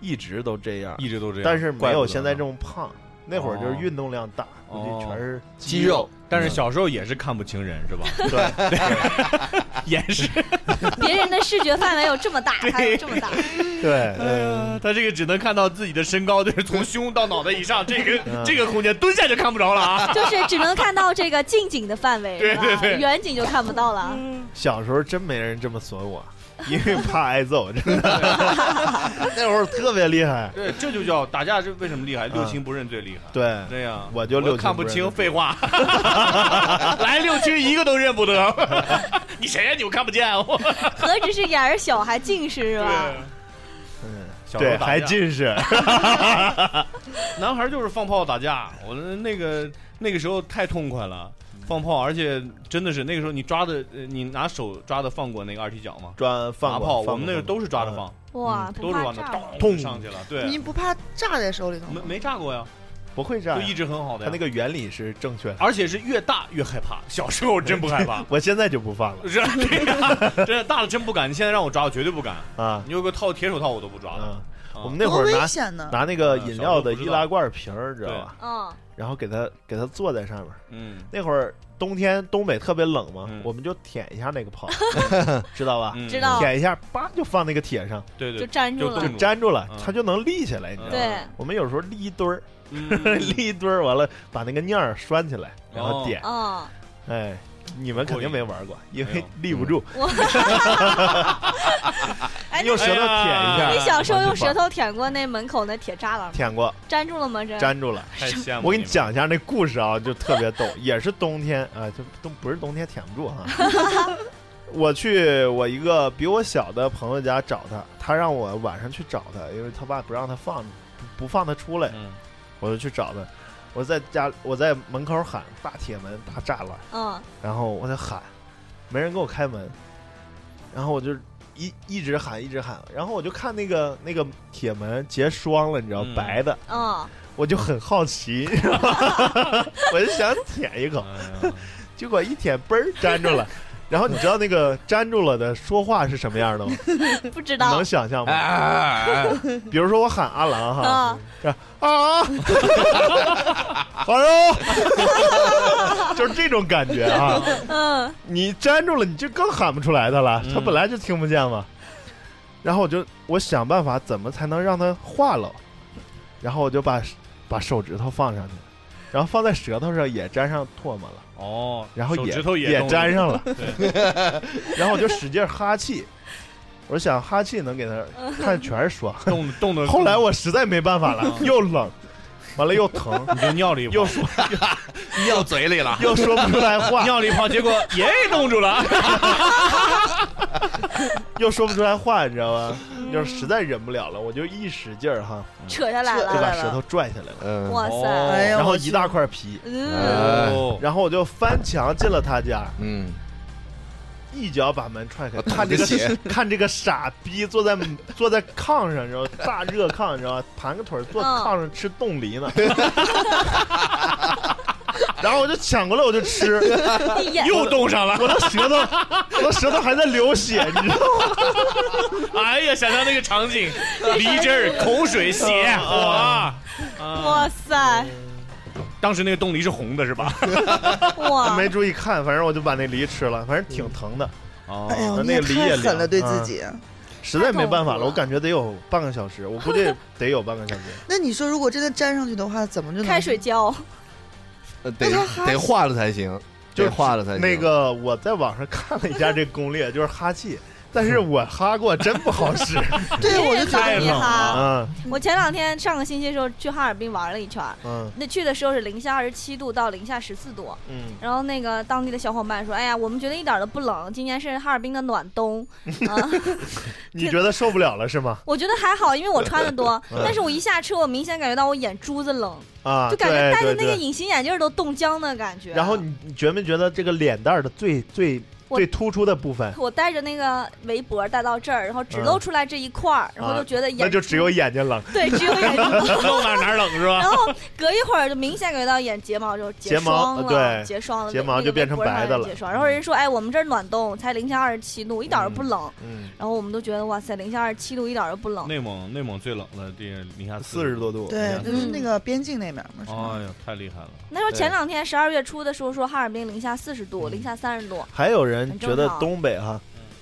C: 一直都这样，
F: 一直都这样，
C: 但是没
F: 啊怪不
C: 有
F: 得
C: 现在这
F: 呢。
C: 么胖。那会儿就是运动量大，估
F: 哦
C: 计全是
B: 肌肉，
F: 但
C: 嗯
F: 是小时候也是看不清人是吧？ <laughs>
C: 对，
F: 也是。
D: 别人的视觉范围有这么大，他有这么大，
F: <laughs>
C: 对，
F: 哎
C: 嗯
F: 呀，他这个只能看到自己的身高，就是从胸到脑袋以上，这个
C: 嗯
F: 这个空间蹲下就看不着了
C: <laughs>
F: 啊。
D: 就是只能看到这个近景的范围，
F: 对对
D: 是
F: 对
D: 吧远景就看不到了。
C: 小时候真没人这么损我，因为怕挨揍，真的。
F: <laughs>
C: 那会儿特别厉害，
F: 对，这就叫打架是为什么厉害？六
C: 六
F: 亲
C: 亲
F: 不认最厉害。
C: 对，
F: 这样
C: 我就六亲
F: 看不
C: 不认
F: 清，废话，
C: <laughs>
F: 来六亲一个都认不得， <laughs> 你谁呀、你又看不见我。
D: 何止是眼儿小，还近视
F: <laughs>
D: 是吧？
C: 嗯，
F: 小时
C: 对，
F: 候打
C: 还
F: 架
C: 近
F: <laughs>
C: 视，
F: 男孩就是放炮打架，我的那个那个时候太痛快了，
C: 嗯
F: 放炮，而且真的是那个时候你抓的，呃你拿手抓的放过那个二踢脚吗？
C: 专
F: 拿
C: 放
F: 炮，
C: 过嗯
F: 我们那个都是抓着，放，
D: 哇，
F: 都
D: 不
F: 是
D: 怕
F: 往
D: 炸
F: 那
D: 吗？
F: 咚
C: 咚
F: 上去了，对，
E: 你不怕炸在手里头
F: 没
E: 吗？
F: 没炸过呀，
C: 放不会这
F: 就
C: 样。
F: 一直很好的
C: 它
F: 呀。
C: 那个原理是正确的，，
F: 而且是越大越害怕，小时候真不害怕
C: <laughs> 我现在就不放
F: <laughs>
C: 了
F: 是啊这样，真的大了真不敢。你现在让我抓，我绝对不敢。
C: 啊。
F: 你有个套铁手套我都不抓的。
C: 嗯，
F: 啊
C: 我们那
E: 多
C: 会儿
E: 危
C: 拿
E: 险呢！
C: 拿那个饮料的易拉罐瓶儿，知道吧？
D: 嗯，
C: 然后给它给它坐在上面。
F: 嗯
C: 那会儿冬天东北特别冷嘛
F: 嗯，
C: 我们就舔一下那个炮，知道吧？
F: 嗯
D: 啊知道
C: 舔一下，叭就放那个铁上，
F: 对
D: 就
F: 对，
D: 粘住
F: 就
D: 了
F: 动。住
C: 粘住了
F: 嗯，
C: 它就能立起来，你知道吧？
D: 对，
C: 我们有时候立一堆儿， <laughs>
F: 嗯
C: 立一堆儿，完了把那个面儿拴起来，然后
F: 哦
C: 点。
D: 嗯，
C: 哎，你们肯定没玩过，因
F: 没
C: 为
F: 有嗯
C: 立不住，
D: 我，哎，
C: 用舌头舔一
F: 哎
C: 下
F: 呀
D: 你，小时候用舌头舔过那门口那铁栅栏吗？
C: 舔过，
D: 粘住了吗？这
C: 粘住了。
F: 太羡慕
C: 我给你讲一下那故事啊，就特别逗，也是冬天啊，就都不是冬天舔不住哈、我去我一个比我小的朋友家找他，他让我晚上去找他，因为他爸不让他放，不不放他出来
F: 你，们，
C: 我就去找他。我在家，我在门口喊大铁门大栅栏，
D: 嗯，
C: 然后我在喊，没人给我开门，然后我就一一直喊一直喊，然后我就看那个那个铁门结霜了，你知道、
F: 嗯
C: 白的，
D: 嗯，
C: 我就很好奇， <laughs> 你知道吗我就想舔一口，
F: 嗯，
C: 结果一舔嘣儿粘住了。然后你知道那个粘住了的说话是什么样的吗？
D: 不知
C: 你
D: 道
C: 能。想象
F: 哎
C: 吗？
F: 哎哎
C: <laughs>
F: 哎
C: 比如说我喊阿郎哈
D: 啊，
C: 啊， <laughs> 好喽， <laughs> 就是这种感觉啊。
D: 嗯，
C: 你粘住了，你就更喊不出来的了，
F: 嗯
C: 他本来就听不见嘛。然后我就我想办法怎么才能让它化了，然后我就把把手指头放上去，然后放在舌头上也沾上唾沫了，
F: 哦，
C: 然后
F: 手
C: 也
F: 指头
C: 也
F: 动
C: 沾
F: 了，
C: 上了，
F: 对，
C: <laughs> 然后我就使劲哈气，我想哈气能给它看全是霜。
F: 动动的。
C: 后来我实在没办法了，
F: 嗯
C: 又冷，完了又
F: <laughs>
C: 疼，
F: 你就尿了一泡，
C: 又说
G: 尿嘴里了。
C: 又说不出来话，
F: 尿了一泡，结果也给冻住了。
C: 又说不出来话，你知道吗？就是实在忍不了了，我就一使劲儿哈，
D: 扯下来
E: 扯
C: 就
E: 下
D: 了。
C: 把
E: 来了
C: 舌头拽下来了，
B: 嗯
D: 哇
F: 哦
D: 塞，
E: 哎呀，
C: 然后
E: 我
C: 一
E: 去
C: 大块皮，
D: 嗯，
B: 哎
F: 哦
C: 然后我就翻墙进了他家，
B: 嗯，
C: 一脚把门踹开，
B: 我
C: 看这个
B: 吐你的
C: <laughs> 看这个傻逼坐在坐在炕上，你知道吗大热炕，你知道吗？盘个腿儿坐炕上吃冻梨呢， <laughs> 然后我就抢过来我就吃，
D: 一
C: 哎
D: 眼
F: 又冻上了。
C: 我的舌头我的舌头还在流血，你知道吗？
F: 哎呀，想象那个场景，梨汁儿、口水、血，哇！啊，
D: 哇塞，
F: 当时那个冻梨是红的，是吧？
D: 哇，
C: 没注意看，反正我就把那梨吃了，反正挺疼的，
F: 哦
E: 哎呦，
C: 那
E: 你也
C: 梨也
E: 太狠
C: 凉
E: 了，对自
C: 嗯
E: 己。
C: 实在没办法了，我
D: 太痛苦了
C: 感觉得有半个小时，我估计得有半个小时。
E: 那你说，如果真的粘上去的话，怎么就能
D: 开水？浇，
B: 呃得
E: 那他哈
B: 得化了才行，
C: 就是
B: 得化了才行。
C: 那个我在网上看了一下这攻略，就是哈气，但是我哈过真不好使 <laughs>
E: 对，我就觉
D: 太
E: 得
F: 太
D: 厉
F: 冷
D: 害。
F: 了
C: 啊，
D: 我前两天上个星期的时候去哈尔滨玩了一圈儿，
C: 嗯
D: 那去的时候是零下二十七度到零下十四度，
C: 嗯，
D: 然后那个当地的小伙伴说：“哎呀，我们觉得一点儿都不冷，今年是哈尔滨的暖冬。啊，
C: 你觉得受不了了是吗？
D: 我觉得还好，因为我穿
C: <laughs>
D: 的多。
C: 嗯
D: 但是我一下车，我明显感觉到我眼珠子冷，
C: <laughs> 啊，
D: 就感觉戴
C: 对
D: 着
C: 对
D: 那个
C: 对
D: 隐形眼镜儿都冻僵的感觉。
C: 然后你你觉没觉得这个脸蛋儿的最最
D: 我
C: 最突出的部分，
D: 我带着那个围脖戴到这儿，然后只
C: 嗯
D: 露出来这一块儿，然后
C: 啊
D: 就觉得
C: <laughs>
D: 眼、
C: 那就只有眼睛冷，
D: <laughs> 对只有眼睛。
F: <laughs> 露哪儿哪儿冷是吧？
D: 然后隔一会儿就明显感觉到眼睫毛就结
C: 睫毛
D: 霜了，
C: 对
D: 结霜了，
C: 睫毛
D: 那个
C: 就变成
D: 微博上
C: 白的了
D: 结霜，然后人说，哎，我们这儿暖冬，才零下二十七度，一点儿都不冷。
C: 嗯，
D: 然后我们都觉得，哇塞，零下二十七度一点儿都不冷。
F: 内蒙内蒙最冷的地零下
C: 四十，多度，
E: 对，就是那个边境那面嘛，是吗
F: 哎呦太厉害了！
D: 那时候前
C: 对
D: 两天十二月初的时候说哈尔滨零下四十度，
C: 嗯
D: 零下三十度，
C: 还有人觉得
D: 很正常
C: 东北哈，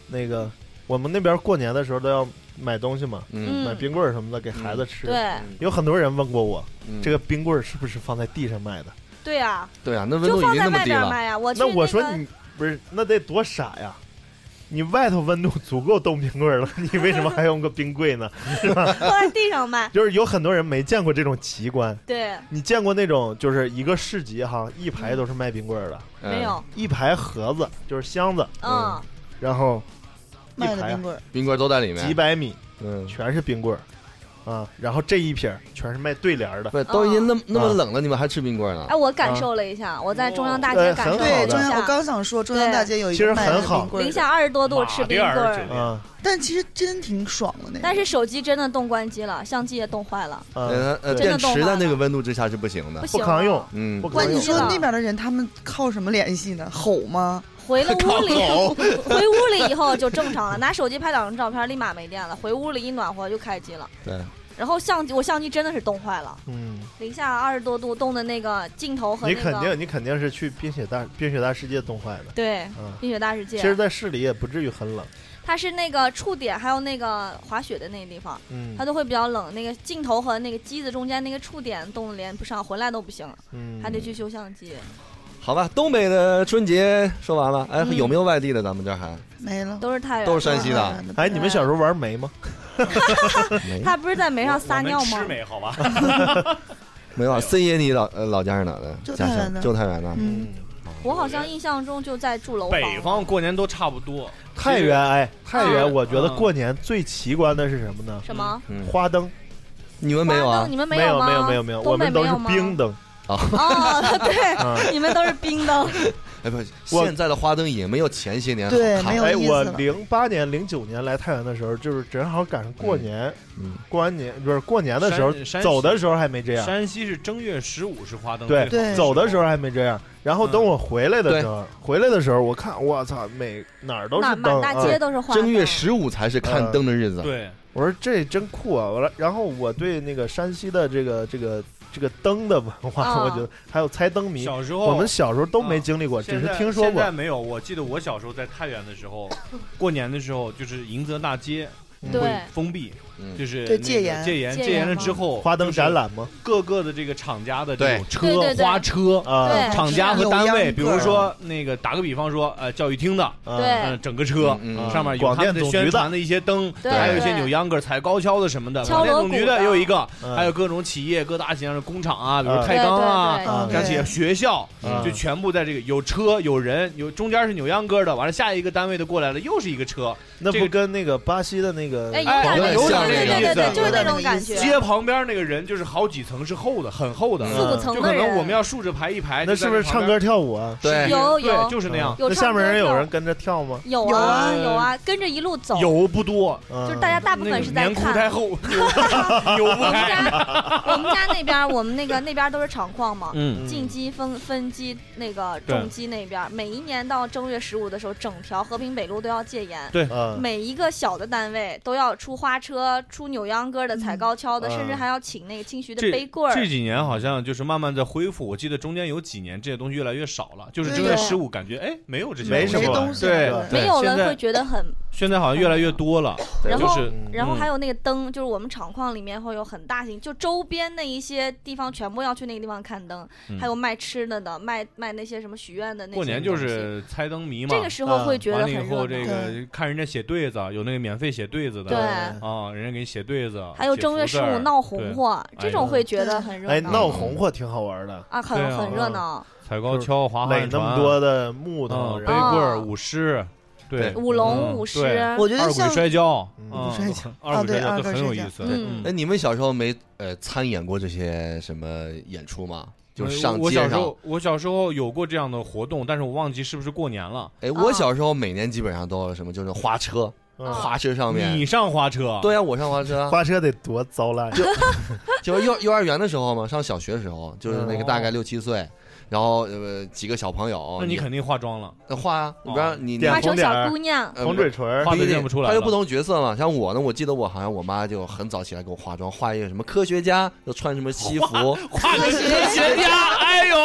C: 那个我们那边过年的时候都要买东西嘛，
B: 嗯
C: 买
D: 嗯，
C: 冰棍儿什么的给孩子吃。
D: 对
C: 有很多人问过我，
B: 嗯
C: 这个冰棍儿是不是放在地上卖的？
D: 对啊，
B: 对啊，那温
D: 就
B: 度已
D: 放
B: 经
D: 在
B: 那么
D: 外
B: 低
D: 边
B: 了，
D: 卖呀。我去
C: 那我
D: 个
C: 说你不是，那得多傻呀！你外头温度足够冻冰棍儿了，你为什么还用个冰柜呢？
D: <laughs>
C: <laughs>
D: 放在地上卖，
C: 就是有很多人没见过这种奇观。
D: 对，
C: 你见过那种就是一个市集哈，一排都是卖冰棍儿的，
B: 嗯
D: 没有，
C: 一排盒子就是箱子，
D: 嗯，
C: 然后一
E: 卖的
C: 排
E: 冰棍儿，
B: 冰棍都在里
C: 几
B: 面，
C: 百米
B: 嗯，
C: 全是冰棍儿啊，然后这一瓶儿全是卖对联儿的，
B: 不是都已经那
D: 哦
B: 么那么冷了，你们还吃冰棍呢
D: 哎，？我感受了一下，我在中央大街
C: 呃
D: 感
C: 很
D: 受
C: 好
D: 了
E: 对，
D: 一
C: 的
E: 中央我
D: 下，
E: 刚想说中央大街有一
C: 其实
E: 个卖的
C: 很好
E: 冰棍儿的，
D: 零下二十多度吃
F: 马
D: 冰
F: 甸儿
D: 棍
F: 酒
D: 儿
F: 店，
C: 啊
E: 但其实真挺爽的那个。
D: 但是手机真的冻关机了，相机也冻坏了，
C: 啊，
B: 呃，呃
D: 真
B: 电
D: 的
B: 池
D: 动
B: 在
D: 画
B: 那个温度之下是不行的
D: 不，行，
C: 不扛用，
B: 嗯
C: 不，可
E: 哇，
C: 能
E: 你
C: 有
E: 说那边的人他们靠什么联系呢？吼吗？
D: 回了屋里
G: 靠，
D: <laughs> 回屋里以后就正常了，拿手机拍两张照片，立马没电了。回屋里一暖和就开机了，
B: 对，
D: 然后相机我相机真的是冻坏了，
C: 嗯，
D: 零下二十多度冻的那个镜头和
C: 你
D: 那
C: 肯
D: 个
C: 定你肯定是去冰雪大冰雪大世界冻坏的，
D: 对
C: 啊。
D: 冰雪大世
C: 其
D: 界，
C: 实，在市里也不至于很冷，
D: 它是那个触点还有那个滑雪的那个地方，
C: 嗯
D: 它都会比较冷，那个镜头和那个机子中间那个触点冻得连不上，回来都不行了，
C: 嗯，
D: 还得去修相机，
B: 好吧，东北的春节说完了，哎，
D: 嗯
B: 有没有外地的？咱们这儿还
E: 没了，
D: 都是太原，
B: 都是山西的，
C: 哎，你们小时候玩煤吗？
B: 没
D: 他不是在煤上撒尿吗
F: 我？们吃没好吧？
B: 没有啊，C 爷你老呃老家是哪儿的？
E: 就
B: 家
E: 太原
B: 乡
E: 的
B: 就太原的。
E: 嗯，
D: 我好像印象中就在住楼房
F: 北方过年都差不多，
C: 太原，哎，太
D: 啊
C: 原，我觉得过年最奇观的是什么呢？
D: 什么？
B: 嗯，
C: 花灯
B: 你们没有
D: 花
B: 啊
D: 灯？你们
C: 嗯没
D: 有
C: 有
D: 吗？
C: 没有没有没有，我
D: 东北
C: 们都
D: 没
C: 是
D: 有吗
C: 冰灯
D: 哦，对，
C: 啊。
D: 你们都是冰灯，
B: 哎，不，
C: 我
B: 现在的花灯也没有前些年好
E: 对
B: 看
E: 没有
C: 哎，
E: 意思
C: 我
E: 了
C: 零八年、零九年来太原的时候，就是正好赶上过年，
B: 嗯，
C: 过完年不是过年的时候，
F: 山
C: 走的时候还没这样，
F: 山西是正月十五是花灯，
C: 对
E: 对
C: 走的时候还没这样。然后等我回来的
B: 对
C: 时候，回来的时候，我看我操，每哪儿都是
D: 满满
C: 灯，
D: 大
C: 啊
D: 街都是花灯。
B: 正月十五才是看灯的日子。
F: 对，
C: 我说这真酷啊！完了，然后我对那个山西的这个这个这个灯的文化，
D: 啊
C: 我觉得还有猜灯谜，
F: 小时候啊
C: 我们小时候都没经历过，只
F: 现
C: 是
F: 在
C: 听说
F: 现在
C: 过。
F: 没有，我记得我小时候在太原的时候，过年的时候就是迎泽大街
D: 对
F: 会封闭，
B: 嗯
F: 就是
E: 对
F: 那个
E: 戒严
F: 戒严
D: 戒
F: 戒严
D: 严
F: 了
D: 吗
F: 之后，
C: 花灯展，览吗？
F: 各个的这个厂家的这种
D: 对对
F: 车
D: 对
F: 花车。
C: 啊
D: 对
F: 厂家和单
E: 有秧歌
F: 位，
E: 儿
F: 比如说那个打个比方说，呃，教育厅的，
C: 啊
D: 对
F: 嗯，整个车
B: 嗯
C: 嗯
F: 上面有
C: 广
F: 他
C: 电
F: 们
C: 总
F: 的
C: 局
F: 宣
C: 的
F: 传的一些灯，
D: 对
F: 还有一些
D: 对
F: 扭秧歌、踩高跷的什么的。
D: 敲
F: 广电
D: 锣
F: 总局
D: 鼓
F: 的
D: 的
F: 也有一个，
C: 嗯
F: 还有各种企业、各大型的工厂啊，比如
C: 嗯
F: 太钢啊，
D: 对对对
E: 啊
F: 像企业
E: 对
F: 学校，
C: 嗯
F: 就全部在这个有车有人有中间是扭秧歌的，完了下一个单位的过来了又是一个车，
C: 那
F: 这
C: 不
F: 个
C: 跟那个巴西的那个
D: 哎，有
F: 哎
D: 点那
B: 有点
D: 个，对对对
F: 那个意
D: 对，
F: 思
D: 就是那种感觉，
F: 街旁边那个人就是好几层是厚的，很厚
C: 嗯
F: 的，
D: 四五层
F: 就
D: 的
F: 可能
D: 人。
F: 我们要竖着排一排。
C: 那
F: 就在
C: 是不是
F: 旁
C: 唱
F: 边
C: 歌？跳舞啊？嗯
B: 对，
D: 有
F: 对，
D: 有
F: 就是那样。
D: 有
C: 那
D: 唱
C: 下面
D: 歌
C: 人有
D: 跳
C: 人跟着跳吗？
D: 有
E: 有
D: 啊
E: 啊
D: 有啊，跟着一路走，
F: 嗯有不多，
C: 就
D: 就是大家大部分是在
F: 嗯那个棉裤太
D: 看。
F: <laughs> 厚，扭扭不
D: 我们
F: <laughs> 开。
D: 家我们家那边儿，我们那个那边儿都是厂矿嘛，
F: 嗯，
D: 进击分分机那个
F: 对
D: 重机那边儿，每一年到正月十五的时候，整条和平北路都要戒严。
F: 嗯
C: 啊，
D: 每一个小的单位都要出花车、出扭秧歌的、踩高跷的，甚至还要请那个清徐的背棍
F: 嗯这
D: 儿。
F: 几年好像就是慢慢在恢复，我记得中间有几年这些东西越来越少了，就是正月
D: 对
F: 十五感觉哎没有这些
C: 没
F: 东西
C: 什么
E: 没
F: 了
E: 东西
F: 对
E: 了
F: 对
D: 没有
F: 现在
D: 人会觉得很，
F: 现在好像越来越多了，
B: 对
D: 然
F: 就
D: 后
F: 是
C: 嗯
D: 然后还
F: 有
D: 有那个灯，就是我们厂矿里面会有很大型，就周边那一些地方全部要去那个地方看灯，
F: 嗯
D: 还有卖吃的的，卖卖那些什么许愿的那些
F: 过年就
D: 东西
F: 是猜灯谜嘛啊
D: 这，个时候会觉
F: 完
D: 得
F: 了以
D: 很
F: 后
D: 热
F: 这
D: 闹。
F: 个看人家写对子，有那个免费写对子
C: 嗯
F: 的，
D: 对
F: 啊，人家给你写对子，
D: 还有
F: 写
D: 正月
F: 福字
D: 十五
F: 儿
D: 闹
F: 对哎
D: 红火，这种会觉得很热闹。
C: 哎，
F: 嗯
C: 闹红火挺好玩的，
D: 啊，很
F: 对啊
D: 很热闹。
F: 踩高跷、划
C: 垒
F: 旱
C: 那
F: 啊船，
C: 么多的木头，
F: 嗯，背
C: 然后
F: 棍儿、
D: 哦
F: 舞狮，对嗯
B: 对，
D: 舞龙舞狮，
F: 对
E: 我觉
F: 二
E: 得
F: 鬼
E: 像
F: 摔跤，
C: 嗯
F: 嗯
E: 摔跤
F: <laughs> 二
E: 啊
F: 鬼
E: 对
F: 摔跤
E: 二
F: 都
E: 鬼
F: 很有
E: 摔
F: 意
E: 跤
F: 思，
D: 嗯
B: 哎，你们小时候没呃参演过这些什么演出吗？就是上
F: 嗯我
B: 街
F: 小时
B: 上。
F: 候我小时候有过这样的活动，但是我忘记是不是过年了。
B: 哎，我小时候每年基本上都有什么，就是花车，
C: 嗯
B: 花车上面。
F: 你上花车，
B: 对呀、我上花车
C: <laughs>
B: 啊，
C: 花车得多糟烂啊呀！
B: 就是幼幼儿园的时候嘛，上小学的时候，就是那个
F: 嗯
B: 大概六七岁，然后呃几个小朋友，
F: 那你肯定化妆了，
B: 那画啊，你不
F: 哦
B: 让你你
C: 点
D: 画
C: 红
D: 成
C: 点
D: 小
C: 儿
D: 姑娘， <laughs>
B: 呃
C: 红嘴唇儿
F: 画
B: 不
F: 的
B: 一定
F: 认不出
B: 它
F: 来了。
B: 有不同角色嘛。像我呢，我记得我好像我妈就很早起来给我化妆，画一个什么科学家，又穿什么西服，
F: 画的是科学家，哎
B: <laughs>
F: 呦，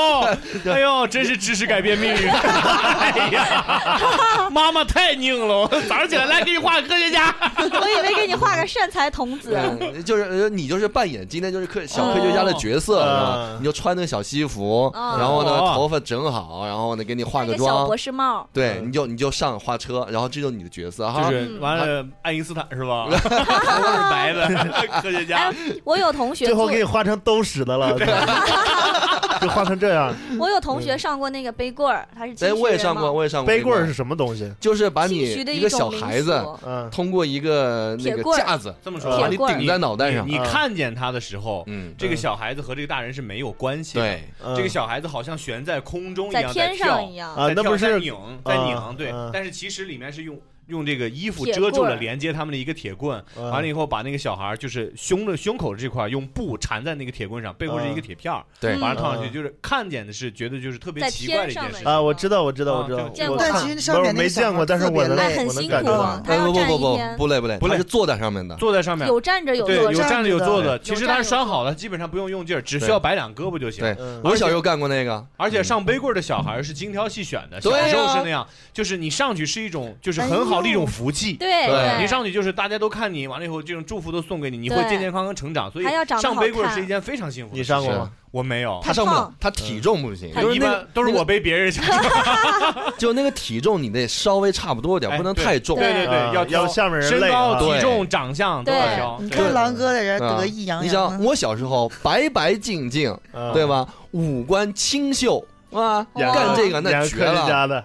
F: 哎呦，真是知识改变命运。 <laughs> 哎呀，妈妈太拧了，早上起来来给你画个科学家。
D: 我以为给你画个善财童子，
B: 对， <laughs> 就是呃你就是扮演今天就是科小科学家的角色，
C: 哦
B: 是吧
C: 嗯？
B: 你就穿那个小西服，
D: 哦
B: 然后呢
F: 哦
B: 头发整好，然后呢给你化
D: 戴个小
B: 妆
D: 博，士帽，
B: 对，你就你就上花车，然后这就是你的角色哈。
F: 嗯就是完
B: 啊
F: 了，爱因斯坦是
B: <laughs>
F: 吧？头发是白的， <laughs> 科学家
D: 哎。我有同学
C: 最后
D: 做
C: 给，你画成兜屎的
F: <laughs>
C: 了，就画成这样。
D: 我有同学上过那个背棍儿，他是
B: 哎，
D: 清
B: 我也
D: 虚
B: 上
D: 人
B: 过，
D: 嘛，
B: 我也上过
C: 背棍儿是，什么东西？
B: 就是把你
D: 清虚的
B: 一
D: 一
B: 个
D: 种
B: 小
D: 民
B: 孩子
D: 俗
C: 嗯，
B: 通过一个那
D: 铁
B: 个
D: 棍儿
B: 架子嗯
F: 这么说
B: 把
F: 吧，
B: 你
D: 铁棍儿
B: 顶在脑袋上啊
F: 你，你看见他的时候，
B: 嗯，
F: 这个小孩子和这个大人是没有关系的。
B: 对，
C: 嗯
F: 这个小孩子好像悬在空中一
D: 在
F: 样，
D: 天
F: 跳
D: 上一样，
C: 啊
F: 在
C: 那
F: 跳
C: 不
F: 在
C: 是
F: 拧，在
C: 啊
F: 拧，对
C: 啊。
F: 但是其实里面是用用这个衣服
D: 铁
F: 遮住
D: 棍
F: 了
D: 儿
F: 连接他们的一个铁棍，
C: 嗯
F: 完了以后把那个小孩儿就是胸的胸口这块儿用布缠在那个铁棍上，背后是一个铁片儿，
B: 对
F: 完了套上去，
C: 嗯
F: 就是看见的是觉得就是特别
D: 在
F: 奇怪的一
D: 天
F: 件
D: 上
F: 事
D: 的
F: 情。
C: 啊，我知道，我知道，
F: 啊
C: 我知
F: 这
C: 道
F: 个。
D: 见
C: 我
D: 过
E: 但
C: 看
E: 其实上面那
C: 没
E: 个小
C: 见
E: 孩
C: 过，但是
E: 特别
C: 我能
E: 累
D: 哎很
C: 我能
D: 辛
C: 感觉
D: 苦
C: 到。
D: 他要
B: 不不
D: 站
B: 不
D: 一
B: 不
D: 天
B: 不累不累，
F: 不累
B: 他是坐在上面的，
F: 坐在上面，
D: 有站着有
F: 对，
D: 坐
F: 有
D: 着，
F: 站着有坐
C: 对
F: 的，其实他是拴好的，基本上不用用劲儿，只需要摆两胳膊就行。
B: 对
C: 嗯
B: 我小时候干过那个，
F: 而
D: 嗯
F: 且上背棍儿的小孩儿是精挑细选的，
B: 对
F: 小
B: 啊
F: 时候是那样，就是你上去是一种，就是很好的一种福气。
D: 哎对
B: 对
F: 你上去就是大家都看你，完了以后这种祝福都送给你，你会
D: 对
F: 健健康康成长。所以
D: 还要长得
F: 上
D: 好
F: 背棍儿
D: 看
F: 是一件非常幸福的
C: 你
F: 事。
C: 上过
B: 是
C: 吗？
F: 我没有，
B: 他上不了
D: 胖，
B: 他体重不行，
D: 他
B: 就是
F: 嗯一
B: 那
F: 般
B: 个
F: 都是
B: 那个
F: 我背别人。
B: 就那个体重，你得稍微差不多点，
F: 哎
B: 不能太重。
D: <laughs> 对
F: 对
C: 啊
F: 对，要
C: 要
F: 挑
C: 下面人
F: 身
C: 累
F: 高、
C: 啊
B: 对
F: 体重、长相都要
D: 对
F: 挑。
E: 你
F: 对
E: 看狼哥在这
B: 啊
E: 得意洋
B: 你
E: 洋
B: 想，
E: 的，
B: 我小时候白白净净，
C: 嗯
B: 对吧？五官清秀啊，
D: 哇
B: 干这个那
C: 演
B: 绝
C: 科学
B: 了。
C: 家
F: <laughs>
C: 的，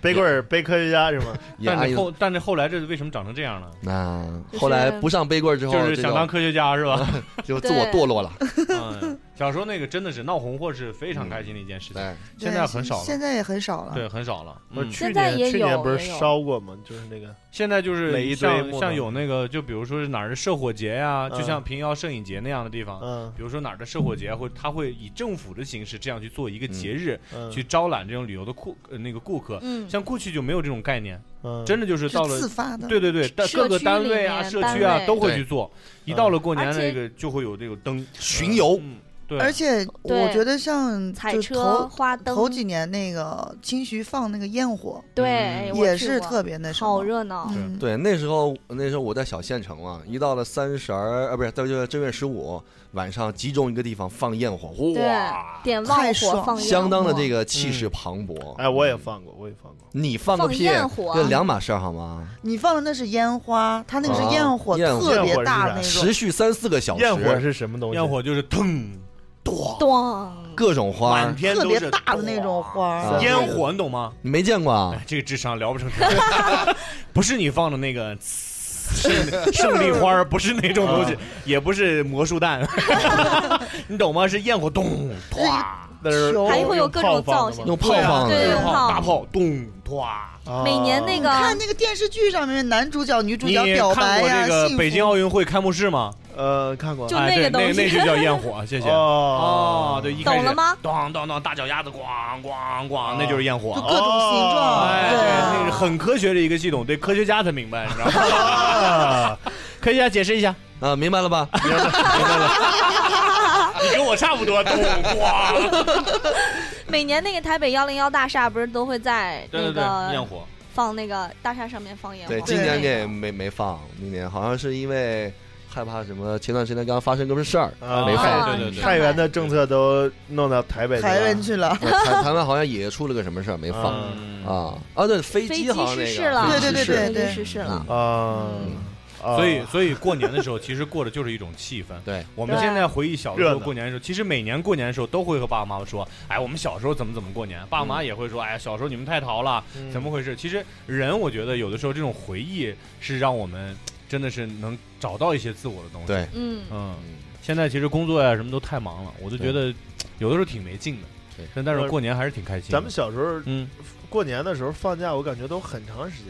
C: 背棍儿背科学家是吗？
B: 也
F: 但
B: 哎
F: 是
B: 呦，
F: 后但是后来这为什么长成这样呢？
B: 那
D: 就是
B: 后来不上背棍儿
C: 哦
B: 之后，
F: 就是想当科学家是吧？
B: 这就就自我
D: 对
B: 堕落
F: <laughs>
B: 了。
F: 嗯，小时候那个真的是闹红或是非常开心的一件事
C: 嗯
F: 情，
B: 对，
E: 对
F: 现在很少了，
E: 现在也很少了。
F: 对，很少了。
C: 不是
F: 嗯
C: 去
D: 现在
C: 年
D: 也
C: 去
D: 有
C: 年不是
D: 也有
C: 烧过吗？就是那个
F: 现在就是
C: 垒一堆
F: 像
C: 木头
F: 像有那个，就比如说是哪儿的社火节呀、
C: 嗯
F: 就像平遥摄影节那样的地方，
C: 嗯
F: 比如说哪儿的社火节，会啊他会以政府的形式这样去做一个节日，
C: 嗯
F: 去招揽这种旅游的顾呃那个顾客。
D: 嗯，
F: 像过去就没有这种概念，
C: 嗯
F: 真的就是到
E: 是自
F: 了。
E: 发的，
F: 对对对，但
D: 社
F: 各个
D: 区
F: 单
D: 里
F: 位啊、
D: 面
F: 社
D: 单
F: 区啊
D: 位
F: 都会
B: 对
F: 去做。一
C: 嗯
F: 到了过年
D: 而且
F: 那个，就会有这个灯
B: 巡游
F: 嗯对，
E: 而且我
D: 对
E: 觉得像
D: 彩
E: 就
D: 车、
E: 头
D: 花灯，
E: 头几年那个清徐放那个烟火，
D: 对，哎
B: 嗯
D: 我
E: 也
D: 去
E: 是
D: 过
E: 特别那什
D: 好
E: 么，
D: 热闹，
E: 嗯，
B: 对，那时候那时候我在小县城嘛，一到了三十儿啊，不是，到就是正月十五晚上，集中一个地方放焰火，
D: 对
B: 哇，，
D: 点旺
E: 太
D: 火
E: 爽
D: 放
E: 了
D: 烟
B: 相当的
D: 火
B: 这
F: 嗯
B: 个气势磅礴。
C: 哎，我也放过，我也放过。
B: 你放个
D: 放
B: 屁，
D: 焰火
B: 这两码事儿好吗？
E: 你放的那是烟花，它那个
B: 啊
E: 是焰火，
B: 焰火
E: 特别大
C: 焰火
E: 那
B: 持
E: 种。
B: 续三四个小时，
C: 焰火是什么东西？
F: 焰火就是腾，
B: 咚，
D: 咚，
B: 各种花
F: 满
B: 儿，
F: 天
E: 特
F: 都
E: 别
F: 是
E: 大的那种花
B: 啊
E: 儿，
F: 烟火，你懂吗？
B: 你没见过啊
F: 哎？，这个智商聊不成 <laughs> 这样，不是你放的那个 <laughs> 胜胜利花儿，不是那种东西
C: 啊，
F: 也不是魔术弹， <laughs> 你懂吗？是焰火咚唰，
C: 那是
E: 球
D: 还会有
C: 用
D: 各
C: 炮
D: 种
C: 放的
D: 造型
C: 吗
B: 用炮放
D: 对
B: 的
D: 用炮
F: 大炮咚唰。
C: 啊
D: 每年那个
E: 看那个电视剧上面男主角、女主
F: 你
E: 角表
F: 看
D: 啊
E: 白
F: 过
E: 呀，
F: 这个
E: 幸
F: 北京
E: 福
F: 奥运会开幕式吗？
C: 呃看过
D: 就
F: 哎
D: 那
F: 对
D: 个
F: 那
D: 东西
F: 那就叫
D: <laughs>
F: 焰火，谢谢。哦，对，一开始
D: 懂了吗？
F: 咚咚咚，大脚丫子咣咣
B: 哦
F: 咣，那就是焰火。
E: 就
C: 哦
E: 各种形状，
F: 哎，
E: 对啊，
F: 那是很科学的一个系统，对科学家才明白，你知
D: <laughs>
F: 道吗？科学家解释一下，
B: 啊，明白了吧？
F: 你跟我差不多，咚咣。 <laughs>
D: 每年那个台北幺零幺大厦不是都会在
F: 对
D: 那
F: 对对，焰
D: 个
F: 火，
D: 放那个大厦上面放烟火
B: 对，
D: 吗？
B: 今年
D: 对
B: 也没没放，明年好像是因为害怕什么，前段时间刚发生个事儿，
C: 啊
B: 没
C: 太
B: 放。
D: 啊
F: 对对对
D: 上
C: 太原
D: 海
C: 的政策都弄到台北去
E: 台湾
C: 了
E: 去了。
B: 呃台台湾好像也出了个什么事儿，没放
C: 嗯
F: 啊，
B: 啊啊！对，飞
D: 飞
B: 机
D: 机
B: 好像
D: 失
B: 那
D: 事
B: 个，啊
D: 了，
E: 对对对
D: 飞
E: 对
D: 机失事了。
C: 啊。啊
F: 嗯所以所以过年的时候，其实过的就是一种气氛。
B: 对，
F: 我们
D: 对
F: 现在回忆小的时
C: 热
F: 候
C: 闹
F: 过年的时候，其实每年过年的时候都会和爸爸妈妈说，哎，我们小时候怎么怎么过年，爸妈也会说，哎呀，小时候你们太淘了，
C: 嗯
F: 怎么回事？其实人，我觉得有的时候这种回忆是让我们真的是能找到一些自我的东西。
B: 对，
D: 嗯，
F: 嗯，
B: 嗯
F: 现在其实工作呀、什么都太忙了，我都觉得有的时候挺没劲的
B: 对。
F: 但但是过年还是挺开心的。
C: 咱们小时候
F: 嗯，
C: 过年的时候放假，我感觉都很长时间。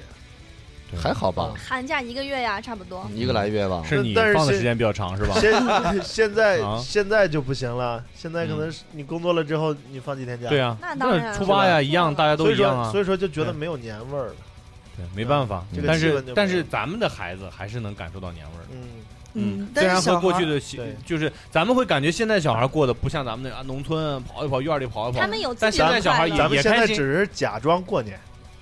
F: 对
B: 还好吧，
D: 寒假一个月呀，差不多。
B: 一个来月吧。
F: 是你
C: 但是
F: 放的
C: 现
F: 时间比较长是吧？
C: 现 <laughs> 现在、
F: 啊
C: 现在就不行了，现在可能
F: 嗯
C: 是你工作了之后，你放几天假？
F: 对啊，
D: 那当然
F: 初八
D: 是
F: 呀
D: 吧
F: 一样，大家都
C: 所以
F: 一样
C: 说
F: 啊
C: 所。以说就觉得
F: 对
C: 没有年味儿了。
F: 对，没办法
B: 这。个
F: 但
C: 气氛
F: 是
C: 就没有
F: 但是咱们的孩子还是能感受到年味儿的。
C: 嗯，
E: 嗯，
F: 虽
E: 但
F: 然
E: 是
F: 和
E: 小
F: 过
E: 孩
F: 去
E: 儿
F: 的
C: 对
F: 习，就是咱们会感觉现在小孩过得不像咱们那啊农村跑一跑院里跑一跑，
D: 他们有自
F: 但
D: 己
F: 现在
D: 的
F: 小孩
D: 快
F: 哎也
D: 乐
C: 咱们
F: 也
C: 现
F: 开
C: 在
F: 心
C: 只是假装过年，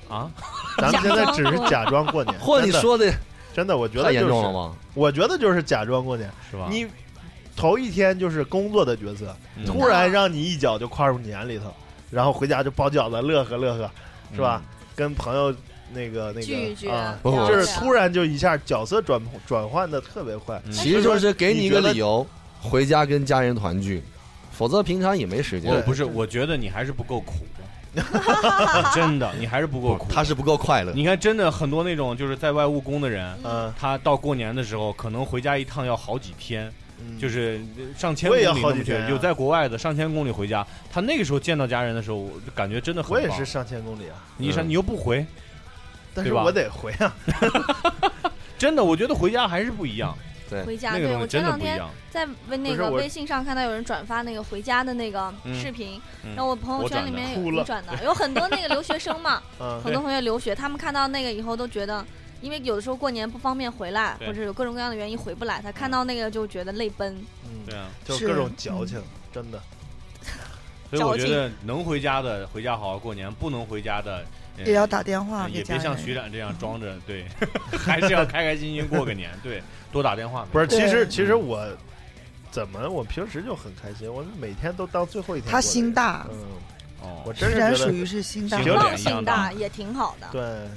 F: 啊，
C: 咱们现在只是假装过
F: <laughs>
C: 年。
B: 嚯，你
C: 真的
B: 说的
C: 真的，我觉
B: 太
C: 得
B: 严
C: 就
B: 重了
C: 是，
B: 吧？
C: 我觉得就是假装过年。
F: 是吧？
C: 你头一天就是工作的角色，
F: 嗯
C: 突然让你一脚就跨入年里头，然后回家就包饺子乐呵乐呵，是吧？？
F: 嗯
C: 跟朋友那个那
D: 聚一聚
C: 个啊，
B: 不不
C: 就是突然就一下角色转转换的特别快。
F: 嗯
B: 其实就是给你一个理由，回家跟家人团聚，否则平常也没时
F: 我
B: 间。
F: 不是，我觉得你还是不够苦，
D: <laughs>
F: 真的，你还是不够苦。
B: 他是不够快乐，
F: 你看，真的很多那种就是在外务工的人，
C: 嗯，
F: 他到过年的时候，可能回家一趟要好几天，
C: 嗯
F: 就是上千
C: 我
F: 公里
C: 也要
F: 那
C: 好
F: 么
C: 几
F: 去
C: 天啊
F: 有在国外的上千公里回家，他那个时候见到家人的时候，我就感觉真的很
C: 我也
F: 棒
C: 是，上千公里啊，
F: 你想你又不回，
C: 但是
F: 对吧
C: 我得回
F: <laughs>
C: 啊。
F: 真的，我觉得回家还是不一样，
D: 嗯回家。
F: 那
D: 啊对
F: 个
D: 我
F: 东西
D: 前
F: 真的
D: 两
F: 不一
D: 天
F: 样。
D: 在微那
C: 不是
D: 个
C: 我
D: 微信上看到有人转发那个回家的那个
F: 嗯
D: 视频，
F: 嗯
D: 然后我朋友
F: 我
D: 圈
F: 转
D: 里
F: 的
D: 面
C: 哭
D: 有
C: 了
D: 你转的，有很多那个留学生嘛，
C: 嗯，
D: 很多同学留学，他们看到那个以后都觉得。因为有的时候过年不方便回来，
F: 对
D: 或者有各种各样的原因回不来，他看到那个就觉得泪奔。
C: 嗯
F: 对啊，
C: 就是各种矫
E: 嗯
C: 情，真的。
F: 所以我
D: 矫
F: 觉
D: 情
F: 得能回家的回家好好过年，不能回家的呃
E: 也要打电话给
F: 也
E: 家
F: 别像
E: 人。
F: 徐冉这样装着，对， <laughs> 还是要开开心心过个年，对，多打电话。
C: 不是，
E: 对
C: 其实其实我怎么我平时就很开心，我每天都当最后一天。
E: 他心，大，
C: 嗯，
F: 哦
C: 我，真
E: 徐
C: 是
E: 然
C: 觉
E: 属
C: 得
E: 于是心大
F: 行。有点
D: 忘
F: 一样
D: 性
F: 的
D: 大也挺好的。
C: 对，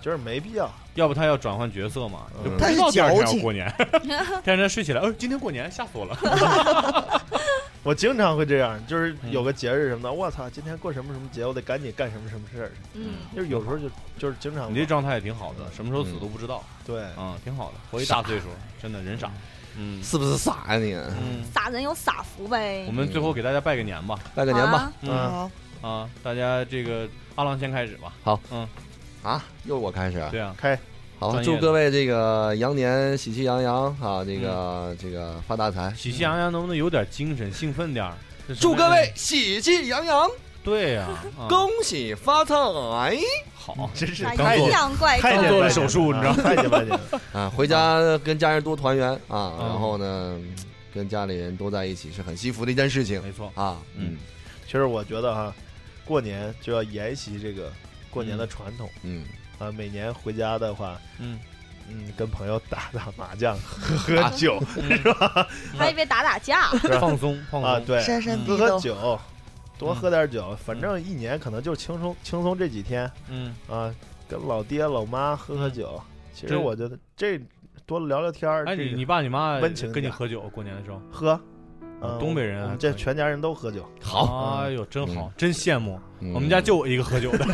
C: 就是没必要。嗯
F: 要不他要转换角色嘛，就不
E: 他
F: 知
E: 是
F: 道第二天
E: 矫
F: 要
E: 情
F: 过年，
D: <laughs>
F: 第二天睡起来，哦，今天过年，吓死
E: <laughs>
F: 我了。
C: 我经常会这样，就是有个节日什么的，我操，今天过什么什么节，我得赶紧干什么什么事儿。
D: 嗯，
C: 就是有时候就就是经常
F: 你这状态也挺好的，什么时候死都不知道，
C: 对，
F: 嗯，挺好的，活一大岁数，真的人傻，嗯
B: 是不是傻呀你？
F: 嗯。
D: 撒人有撒福呗。
F: 我们最后给大家拜个年吧，
B: 拜个年吧。
D: 啊。
C: 嗯
E: 好，
F: 啊，大家这个阿郎先开始吧，
B: 啊，又我开始。
F: 对啊，
C: 开
B: 好，
F: 专业
B: 祝
F: 的
B: 各位这个羊年喜气洋洋啊，这
F: 嗯
B: 个这个发大财。
F: 喜气洋洋，能不能有点精神，兴奋点儿？这什么
B: 祝各
F: 呀
B: 位喜气洋洋，
F: 对呀，啊
B: 恭喜发财
F: 嗯好，
C: 真是
D: 把
C: 太
D: 阴
C: 监
D: 阳怪
C: 太
F: 监
C: 监
F: 做了
C: 拜
F: 手
C: 见
F: 术
C: 了
F: 你知道
C: 啊太监拜见了。
B: 啊！回家跟家人多团圆啊，
F: 嗯
B: 然后呢，跟家里人多在一起是很幸福的一件事情
F: 没错，
B: 啊。
F: 嗯
B: 嗯
C: 其实我觉得哈，过年就要沿袭这个过年的传统
B: 嗯，
C: 啊，每年回家的话，
F: 嗯，
C: 嗯，跟朋友打打麻将，喝喝酒
D: 还以为打打架。
F: 嗯放松放松
C: 啊，对，
E: 山山
F: 嗯
E: 逼
C: 喝喝
E: 斗，
C: 酒，多喝点酒，反正一年可能就轻松轻松这几天
F: 嗯，
C: 啊，跟老爹老妈喝喝酒。其实
F: 这
C: 我觉得这多聊聊天儿，
F: 哎，
C: 这
F: 你
C: 个
F: 你爸你妈
C: 温情
F: 跟你
C: 点
F: 喝酒过年的时候，
C: 喝，嗯
F: 东北人啊
C: 我们这
F: 可以
C: 全家人都喝酒，
B: 好，
F: 哎呦，真好，真羡慕，
B: 嗯
F: 我们家就我一个喝酒的，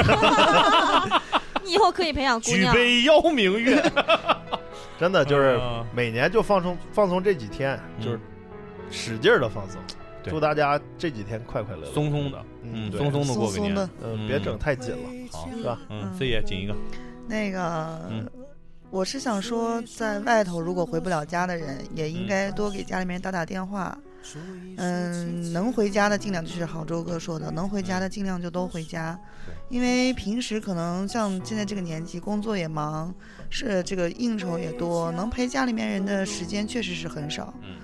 D: 你以后可以培养姑
F: 举
D: 娘。
F: 杯邀明月，
C: 真的就是
F: 嗯
C: 每年就放松放松这几天，就是使劲儿的放松。
F: 对
C: 祝大家这几天快快乐乐，
F: 松松的，嗯，
C: 嗯对
F: 松松的
E: 松
F: 过个
E: 松
F: 年
E: 的，。
C: 嗯，
F: 嗯
C: 别整太紧了。
F: 好
C: 是吧
F: 嗯，
E: 嗯
F: 这也紧一个，
E: 那
F: 嗯
E: 个，我是想说，在外头如果回不了家的人，也应该多给家里面打打电话。嗯，能回家的尽量就是杭州哥说的，能回家的尽量就都回家，因为平时可能像现在这个年纪，工作也忙，是这个应酬也多，能陪家里面人的时间确实是很少。
F: 嗯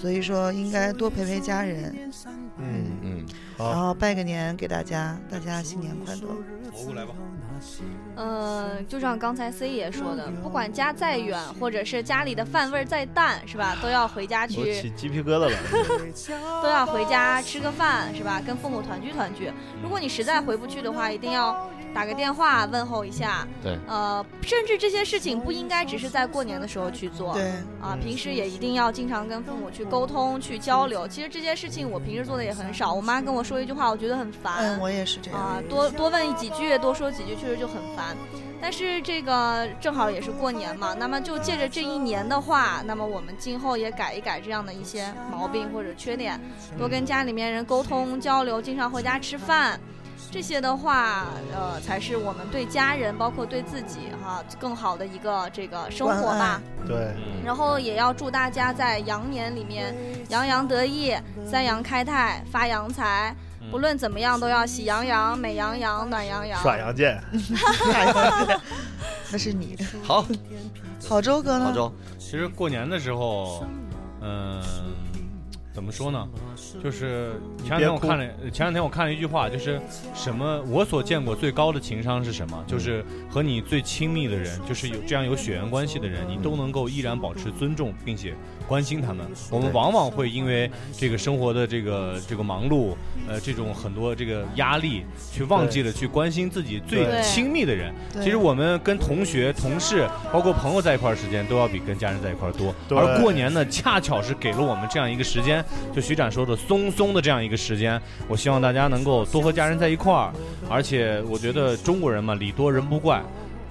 E: 所以说应该多陪陪家人，
C: 嗯，
B: 嗯，
C: 好
E: 然后拜个年给大家，大家新年快乐。
F: 活过来吧，
D: 呃，就像刚才 C 爷说的，不管家再远，或者是家里的饭味儿再淡，是吧？都要回家
C: 我
D: 去，
C: 起鸡皮疙瘩了。
D: 都要回家吃个饭，是吧？跟父母团聚团聚。如果你实在回不去的话，一定要打个电话问候一下。
B: 对，
D: 呃，甚至这些事情不应该只是在过年的时候去做。
E: 对，
D: 啊，
C: 嗯
D: 平时也一定要经常跟父母去沟通、去交流。其实这些事情我平时做的也很少，我妈跟我说一句话，我觉得很烦。
E: 嗯，我也是这样。
D: 啊，多多问几句，多说几句，确实就很烦。但是这个正好也是过年嘛，那么就借着这一年的话，那么我们今后也改一改这样的一些毛病或者缺点，多跟家里面人沟通交流，经常回家吃饭，这些的话，呃，才是我们对家人，包括对自己哈、更好的一个这个生活
E: 关
D: 吧
E: 爱。
C: 对，
F: <laughs> 嗯
D: 然后也要祝大家在羊年里面洋洋得意，三羊开泰，发洋财。
F: 嗯
D: 不论怎么样，都要喜羊羊、美羊羊、暖羊羊。
C: 耍羊剑，
E: 那是你。
B: 好，
E: 好周哥
B: 老
E: 呢？
B: 周，
F: 其实过年的时候，嗯、怎么说呢？就是前两天我
C: 别哭
F: 看了，呃前两天我看了一句话，就是什么我所见过最高的情商是什么？就是和你最亲密的人，就是有这样有血缘关系的人，你都能够依然保持尊重，并且关心他们。我们往往会因为这个生活的这个这个忙碌，呃，这种很多这个压力，去忘记了去关心自己最
D: 对
F: 亲密的人。
E: 对
F: 其实我们跟同学、同事，包括朋友在一块儿的时间，都要比跟家人在一块儿多。
C: 对
F: 而过年呢，恰巧是给了我们这样一个时间，就徐展说的松松的这样一个时间。我希望大家能够多和家人在一块儿，而且我觉得中国人嘛，礼多人不怪，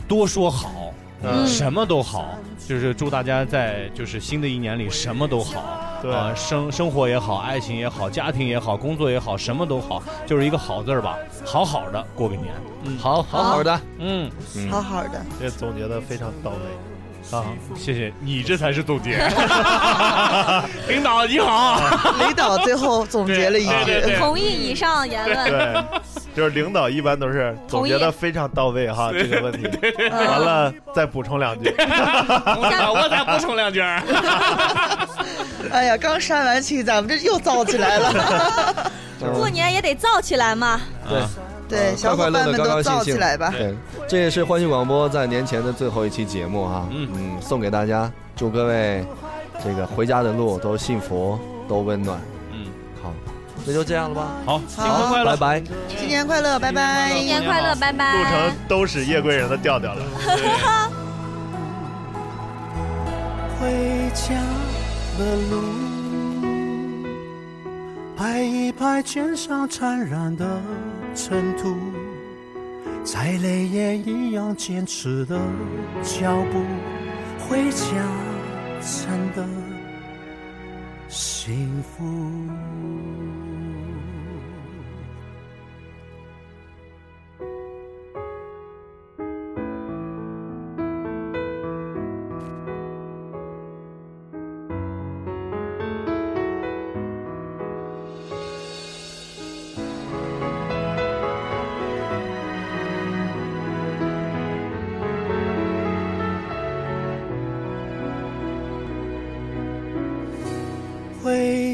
F: 多说好，
C: 嗯
F: 什么都好。就是祝大家在就是新的一年里什么都好。
C: 对，
F: 呃，生生活也好，爱情也好，家庭也好，工作也好，什么都好，就是一个好字儿吧，好好的过个年。嗯，
B: 好好好的，
F: 嗯，
E: 好好的，
C: 这总结的非常到
F: <laughs>
C: 位，
F: 啊，谢谢你，这才是总 <laughs> 结。领导你好，
E: 雷导最后总结了一
F: 对对
E: 句，
F: 对
D: 同意以上言论，
C: 对，就是领导一般都是总结的非常到位
F: <laughs>
C: 哈，这个问题，完
E: 嗯，
C: 了再补充两句，
F: <laughs> 我才补充两句儿。
E: 哎呀，刚删完期，咱们这又燥起来了。 <laughs>
D: 过年也得燥起来嘛。
F: 啊
B: 呃
E: 对，小伙伴们都燥起来吧。
B: 对，这也是欢喜广播在年前的最后一期节目哈、
F: 嗯
B: 嗯，送给大家，祝各位这个回家的路都幸福，都温暖。
F: 嗯，
B: 好，那就这样了吧，
F: 好，新年快乐，
B: 拜拜。
E: 新年快乐，拜拜。
D: 新年快乐，拜
C: 录
D: 拜
C: 成。都是夜归人的调调了。
H: 回家的路，拍一拍肩上沾染的尘土，再累也一样坚持的脚步。回家真的幸福。回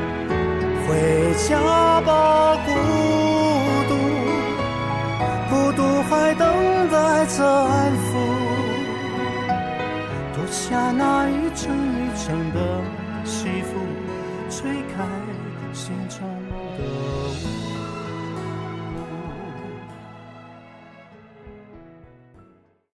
H: 回家吧，孤独，孤独还等待着安抚，脱下那一层一层的西服，吹开心中的雾。